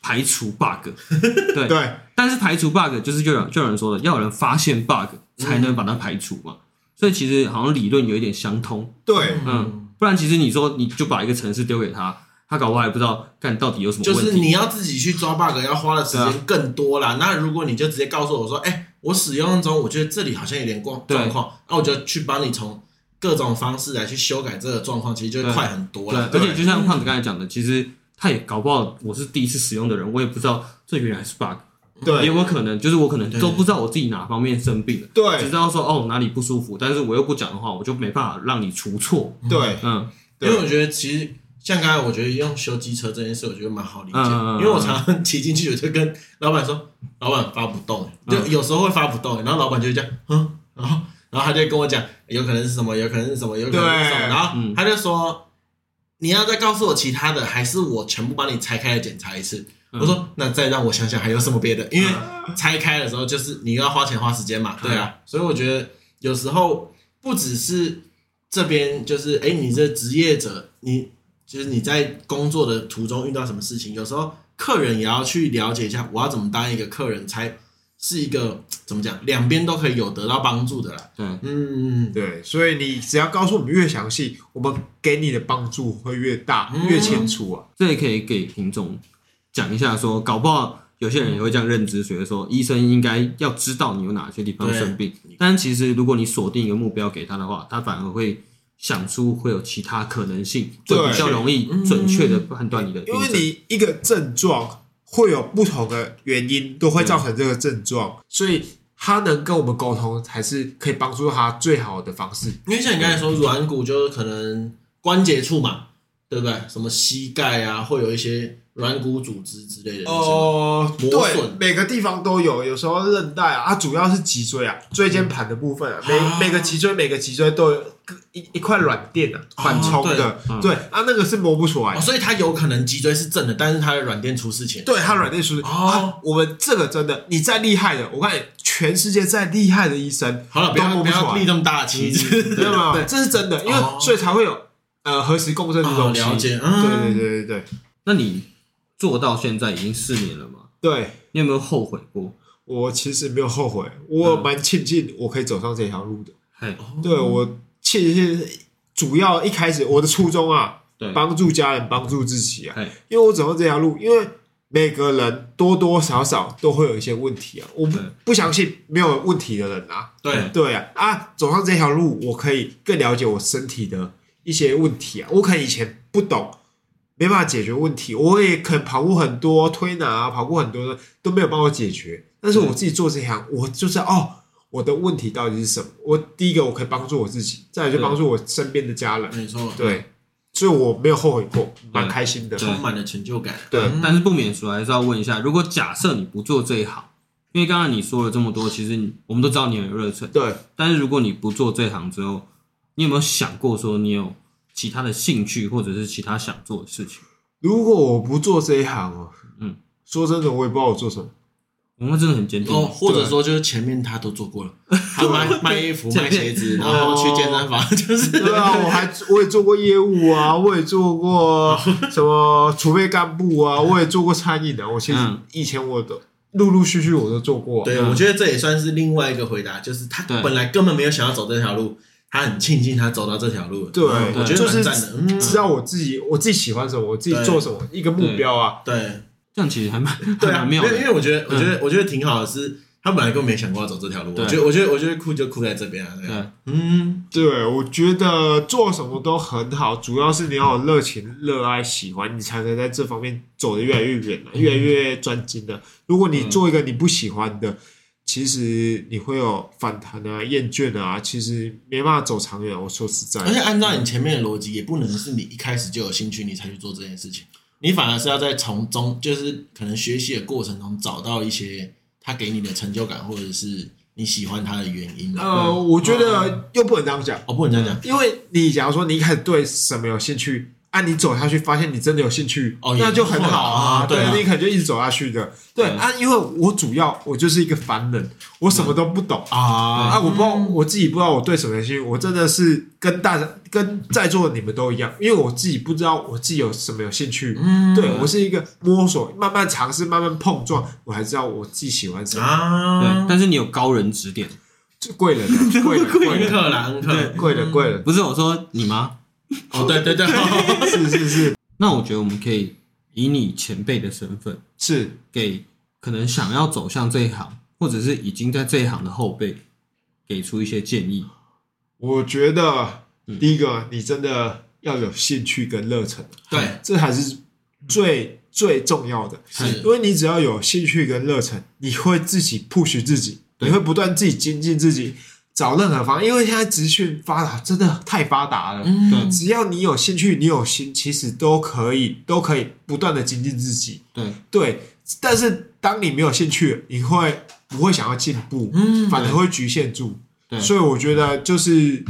A: 排除 bug，对
C: 对
A: 但是排除 bug 就是就有人就有人说的，要有人发现 bug 才能把它排除嘛。所以其实好像理论有一点相通，
C: 对
A: 嗯，不然其实你说你就把一个城市丢给他，他搞不好还不知道干到底有什么
D: 就
A: 问题。
D: 是你要自己去抓 bug，要花的时
A: 对
D: 间更多啦。那如果你就直接告诉我说，哎，我使用中我觉得这里好像有点状
A: 对
D: 状况，那我就去帮你从各种方式来去修改这个状况，其实就会
A: 对
D: 快很多
A: 对
D: 了，。
A: 而且
D: 对
A: 就像胖子刚才讲的，其实他也搞不好我是第一次使用的人，我也不知道这原来是 bug，也
C: 对
A: 有可能就是我可能
D: 对
A: 都不知道我自己哪方面生病了，只
C: 对
A: 知道说哦哪里不舒服，但是我又不讲的话，我就没办法让你出错。
C: 对
A: 嗯
D: 因
C: 对
D: 为我觉得其实像刚才我觉得用修机车这件事，我觉得蛮好理解，
A: 嗯嗯嗯
D: 因为我常常骑进去，我就跟老板说，老板发不动、欸，就有时候会发不动、欸，然后老板就会这样，嗯，然后然后他就会跟我讲，有可能是什么，有可能是什么，有可能是什么，
C: 对
D: 然后
A: 嗯
D: 他就说。你要再告诉我其他的，还是我全部帮你拆开来检查一次？
A: 嗯
D: 我说那再让我想想还有什么别的，因为拆开的时候就是你又要花钱花时间嘛，
A: 嗯
D: 对啊，所以我觉得有时候不只是这边就是哎、诶你这职业者，你就是你在工作的途中遇到什么事情，有时候客人也要去了解一下，我要怎么当一个客人才是一个怎么讲，两边都可以有得到帮助的啦。
A: 对，
D: 嗯，
C: 对，所以你只要告诉我们越详细，我们给你的帮助会越大、
D: 嗯
C: 越清楚啊。
A: 这也可以给听众讲一下说，搞不好有些人也会这样认知，觉得说医生应该要知道你有哪些地方生病，但其实如果你锁定一个目标给他的话，他反而会想出会有其他可能性，
C: 对
A: 会比较容易准确的判断你的病
C: 因
A: 症。
C: 为你一个症状会有不同的原因，都会造成这个症状，所以他能跟我们沟通，才是可以帮助他最好的方式。
D: 因为像你刚才说软骨就是可能关节处嘛，对不对？什么膝盖啊，会有一些软骨组织之类的。哦，
C: 哦，
D: 磨
C: 对
D: 损，
C: 每个地方都有，有时候韧带啊，它主要是脊椎啊，椎间盘的部分啊，
D: 啊
C: 每每个脊椎每个脊椎都有各一一块软垫啊，缓冲的
A: 对嗯，
C: 对啊，那个是磨不出来的。
D: 哦所以它有可能脊椎是正的，但是它的软垫出事情。
C: 对他软肋舒适
D: 哦
C: 啊，我们这个真的，你再厉害的，我看全世界再厉害的医生，
D: 好了，不要
C: 都
D: 不
C: 摸不出来
D: 要立这么大的旗 帜。
C: 知道吗？这是真的，因为
D: 哦
C: 所以才会有呃核实共振 的
D: 哦
C: 东西。
D: 了解，
C: 对
D: 嗯，
C: 对对对对
A: 那你做到现在已经四年了嘛？
C: 对，
A: 你有没有后悔过？
C: 我其实没有后悔，我蛮庆幸我可以走上这条路的。
A: 嘿，
D: 嗯
C: 对我其实主要一开始我的初衷啊，
A: 对，
C: 帮助家人，帮助自己啊
A: 嘿。
C: 因为我走上这条路，因为每个人多多少少都会有一些问题啊。我不
A: 对
C: 不相信没有问题的人啊。
D: 对，
C: 对啊，啊，走上这条路，我可以更了解我身体的一些问题啊。我可能以前不懂，没办法解决问题，我也可能跑过很多推拿啊，跑过很多的都没有帮我解决。但是我自己做这行，我就是哦，我的问题到底是什么？我第一个我可以帮助我自己，再来就
A: 对
C: 帮助我身边的家人。
A: 嗯
D: 没错，
C: 对，所以我没有后悔过，蛮
A: 对
C: 开心的。
D: 充满了成就感。嗯
C: 对
A: 但是不免俗还是要问一下，如果假设你不做这一行，因为刚刚你说了这么多，其实你我们都知道你很有热忱，
C: 对，
A: 但是如果你不做这行之后，你有没有想过说你有其他的兴趣，或者是其他想做的事情？
C: 如果我不做这一行哦，
A: 嗯，
C: 说真的，我也不知道我做什么。
A: 我们真的很坚定。
D: 哦，或者说就是前面他都做过 了，他卖卖衣服、卖鞋子，然
C: 哦
D: 后去健身房， 就是
C: 对啊，我还我也做过业务啊，我也做过什么储备干部 啊，我也做过餐饮啊。我其实
A: 嗯
C: 以前我都陆陆续续我都做过。
D: 对，
A: 嗯
D: 我觉得这也算是另外一个回答，就是他
A: 对
D: 本来根本没有想要走这条路，他很庆幸他走到这条路了。
C: 对
D: 嗯我觉得
C: 就是
D: 蛮赞的。嗯，
C: 知道我自己我自己喜欢什么，我自己做什么，一个目标啊。
D: 对
A: 这样其实还蛮
D: 对
A: 还
D: 啊，
A: 蛮
D: 因
A: 妙
D: 为因
A: 的。嗯
D: 为我觉得，我觉得，我觉得挺好的，是他本来根本没想过要走这条路。
A: 对
D: 我觉得，我觉得，我觉得酷就酷在这边啊。对啊，
A: 对，
D: 嗯，
C: 对，我觉得做什么都很好，主要是你要有热情、热爱、喜欢，你才能在这方面走得越来越远了，啊越来越专精了。如果你做一个你不喜欢的，其实你会有反弹啊、厌倦啊，其实没办法走长远。我说实在的，
D: 而且按照你前面的逻辑，也不能是你一开始就有兴趣，你才去做这件事情。你反而是要在从中，就是可能学习的过程中找到一些他给你的成就感，或者是你喜欢他的原因啊。
C: 呃，我觉得又不能这样讲，
D: 哦，不能这样
C: 因为你假如说你一开始对什么有兴趣，啊，你走下去发现你真的有兴趣，
D: 哦也
C: 那就很好
D: 不错
C: 对
D: 啦啊对啊
C: 你可能就一直走下去的。对
A: 嗯
C: 啊，因为我主要我就是一个凡人，我什么都不懂。
D: 讲啊
C: 啊，我不知道我自己不知道我对什么有兴趣，我真的是跟大家跟在座的你们都一样，因为我自己不知道我自己有什么有兴趣，
D: 嗯
C: 对我是一个摸索、慢慢尝试、慢慢碰撞，我还知道我自己喜欢什么。
A: 对
D: 啊，，
A: 但是你有高人指点，
C: 就贵人啊，贵人，贵
D: 恩
C: 人，
D: 克啦，恩克。
C: 贵人，贵人，
A: 不是我说你吗？
D: 哦，对对对，
C: 是是是
A: 那我觉得我们可以以你前辈的身份，
C: 是，
A: 给可能想要走向这一行，或者是已经在这一行的后辈，给出一些建议。
C: 我觉得
A: 嗯
C: 第一个，你真的要有兴趣跟热忱，
D: 对
C: 这还是
A: 嗯
C: 最最重要的，
D: 是
C: 因为你只要有兴趣跟热忱，你会自己 push 自己，
A: 对
C: 你会不断自己精进自己，找任何方法。因为现在资讯发达，真的太发达了。
B: 嗯
A: 对
C: 只要你有兴趣，你有心，其实都可以，都可以不断的精进自己。
A: 对，
C: 对，但是当你没有兴趣，你会不会想要进步？
B: 嗯
C: 反而会局限住。
A: 对
C: 所以我觉得就是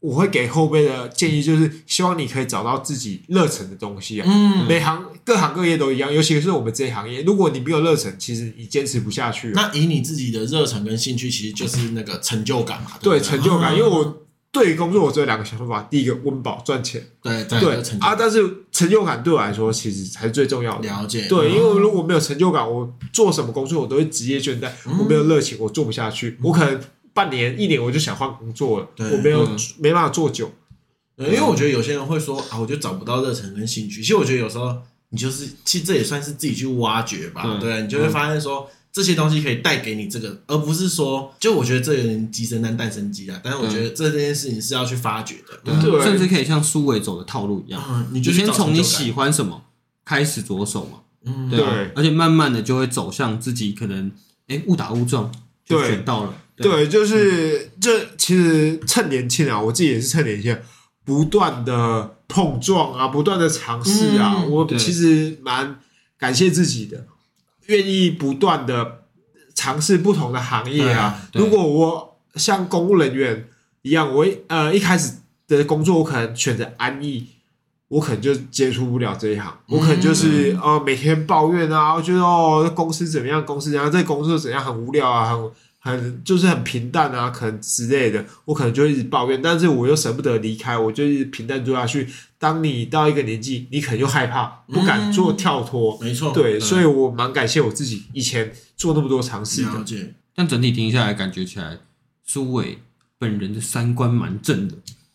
C: 我会给后辈的建议，就是希望你可以找到自己热忱的东西啊。
B: 嗯，
C: 每行各行各业都一样，尤其是我们这一行业，如果你没有热忱，其实你坚持不下去啊、
D: 那以你自己的热忱跟兴趣，其实就是那个成就感嘛。
C: 对
D: 不
C: 成就
A: 啊
C: 感，
B: 嗯
C: 因为我对于工作我只有两个想法：第一个温饱赚钱，
D: 对对
C: 对
D: 有成就
C: 啊，
D: 感。
C: 但是成就感对我来说其实才是最重要的。
D: 了解。嗯
C: 对，因为如果没有成就感，我做什么工作我都会职业倦怠，我没有热情，我做不下去。我可能半年、一年我就想换工作了，
D: 对
C: 我没有
A: 嗯
C: 没办法做久。
D: 对因为我觉得有些人会说啊，我就找不到热忱跟兴趣。其实我觉得有时候你就是，其实这也算是自己去挖掘吧。
A: 对嗯
D: 对，啊你就会发现说、这些东西可以带给你这个，而不是说，就我觉得这有点鸡生蛋蛋生鸡啊。但是我觉得这件事情是要去发掘的。
A: 对啊
C: 对
A: 甚至可以像苏伟走的套路一样，
D: 嗯，你
A: 你
D: 就去
A: 先
D: 找
A: 从你
D: 成就感
A: 喜欢什么开始着手嘛，
D: 嗯，
A: 对啊
C: 对
A: 而且慢慢的就会走向自己可能哎误打误撞就
C: 对
A: 选到了，对
C: 对，就是这其实趁年轻啊，我自己也是趁年轻啊，不断的碰撞啊，不断的尝试啊，
B: 嗯
C: 我
A: 对
C: 其实蛮感谢自己的，愿意不断的尝试不同的行业啊。
A: 对啊对
C: 如果我像公务人员一样，我一呃一开始的工作我可能选择安逸。我可能就接触不了这一行，我可能就是、
A: 嗯
C: 呃每天抱怨啊，我觉得哦公司怎么样，公司怎么样，这工作怎样很无聊啊，很很就是很平淡啊，可能之类的，我可能就一直抱怨，但是我又舍不得离开，我就一直平淡做下去。当你到一个年纪，你可能又害怕，不敢做
D: 嗯
C: 跳脱。
D: 没错，嗯
C: 对，所以我蛮感谢我自己以前做那么多尝试
D: 了
C: 的。
D: 解。
A: 但整体听下来，感觉起来苏伟本人的三观蛮正的，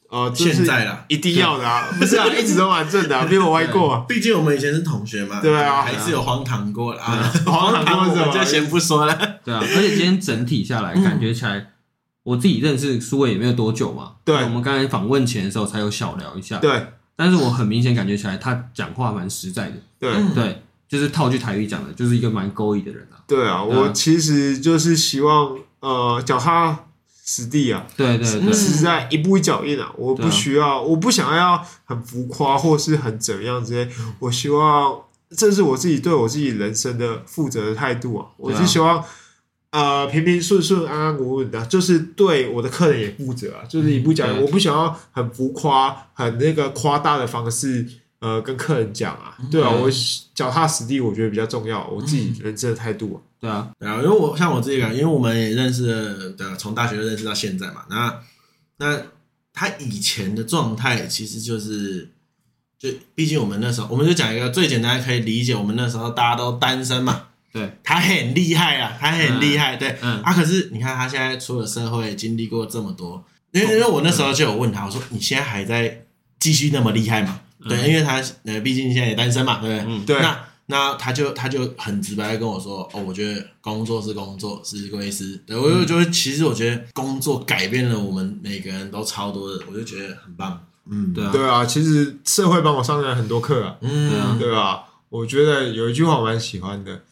C: 呃，这
D: 现
C: 是
D: 在啦，
C: 一定要的啊，不是啊，一直都蛮正的啊、比我歪过。
D: 毕竟我们以前是同学嘛，
C: 对啊
D: 还是有荒唐过啦。啊
C: 黄
D: 荒唐
C: 唐
D: 我
C: 是什
D: 们
C: 么？
D: 就先不说了。
A: 对啊。而且今天整体下来，感觉起来我自己认识苏伟也没有多久嘛，
C: 对
A: 我们刚才访问前的时候才有小聊一下，
C: 对
A: 但是我很明显感觉起来他讲话蛮实在的，
C: 对
D: 嗯
A: 对，就是套句台语讲的，就是一个蛮勾引的人啊，
C: 对啊！我
D: 嗯
C: 其实就是希望呃脚踏实地啊，
A: 对对对，
C: 实在一步一脚印啊！我
A: 对
C: 不
A: 啊
C: 需要，我不想要很浮夸或是很怎么样之类。我希望这是我自己对我自己人生的负责的态度啊！我
A: 对啊
C: 是希望。呃，平平顺顺、安安稳稳的，就是对我的客人也负责啊，就是一步一脚印。
A: 嗯对
C: 我不想要很浮夸、很那个夸大的方式，呃，跟客人讲啊，对啊，
A: 嗯对嗯
C: 我脚踏实地，我觉得比较重要，我自己人生的态度啊，
A: 对啊，
D: 对啊，因为我像我自己感觉，因为我们也认识了，对啊，从大学就认识到现在嘛。那那他以前的状态其实就是，就毕竟我们那时候，我们就讲一个最简单可以理解，我们那时候大家都单身嘛。
A: 对，
D: 他很厉害啊，他很厉害，对，
A: 嗯
D: 啊，可是你看他现在出了社会，经历过这么多，因
A: 哦
D: 为因为我那时
A: 嗯
D: 候就有问他，我说你现在还在继续那么厉害嘛？对，因为他呃，毕竟现在也单身嘛，对不对？
A: 嗯
C: 对
D: 那那他就他就很直白的跟我说，哦，我觉得工作是工作，是归是。对我
A: 嗯
D: 就觉得，其实我觉得工作改变了我们每个人都超多的，我就觉得很棒。嗯，
A: 对啊，
C: 对啊，其实社会帮我上了很多课啊，
A: 对啊
D: 嗯，
C: 对吧？我觉得有一句话我蛮喜欢的，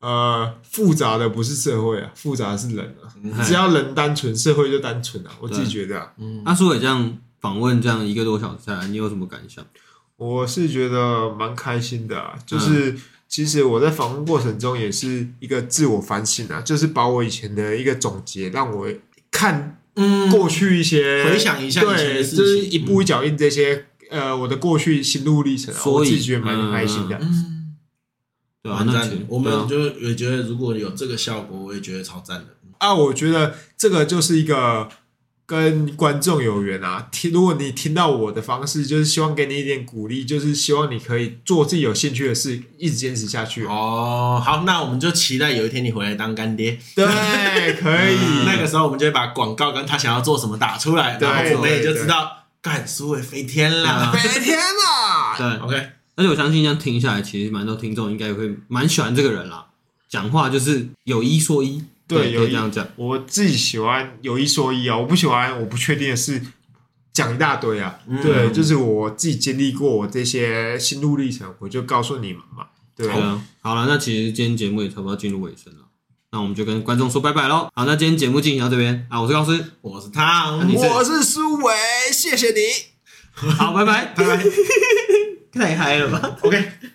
C: 呃，复杂的不是社会啊，复杂的是人啊。
D: 嗯
C: 只要人单纯，社会就单纯啊。我自己觉得、啊，
A: 阿苏伟这样访问这样一个多小时下来，你有什么感想？
C: 我是觉得蛮开心的、啊。
D: 嗯
C: 就是、其实我在访问过程中也是一个自我反省啊，就是把我以前的一个总结，让我看
D: 嗯，
C: 过去一些，
D: 回想一下以前的
C: 对，
D: 事情嗯
C: 就是一步一脚印这些。呃，我的过去心路历程、啊，
A: 所以
C: 我自己觉得蛮开心的。啊
D: 嗯，
A: 对啊，
D: 蛮
A: 那
D: 赞
A: 其
D: 的
A: 实。
D: 我
A: 对
D: 们
A: 啊
D: 就也觉得，如果有这个效果，我也觉得超赞的。
C: 啊，我觉得这个就是一个跟观众有缘啊。听，如果你听到我的方式，就是希望给你一点鼓励，就是希望你可以做自己有兴趣的事，一直坚持下去。
D: 哦，好，那我们就期待有一天你回来当干爹，
C: 对，可以。
D: 那个时候我们就会把广告跟他想要做什么打出来，
C: 对
D: 然后我们也就
C: 对
D: 知道干苏伟飞天了。
C: 飞天啊！
A: 对，
D: OK，
A: 而且我相信这样听下来，其实蛮多听众应该也会蛮喜欢这个人啦。讲话就是有一说一，
C: 对有
A: 可以
C: 一
A: 这样讲，
C: 我自己喜欢有一说一啊，我不喜欢我不确定的事，讲一大堆啊。
D: 嗯
C: 对，就是我自己经历过我这些心路历程，我就告诉你们嘛。对
A: 对啊，好了，那其实今天节目也差不多进入尾声了，那我们就跟观众说拜拜喽。好，那今天节目进行到这边啊，我是高斯，
D: 我是汤，
A: 你是
C: 我是苏伟，谢谢你。
A: 好，拜拜，拜拜，太嗨了吧。
D: OK。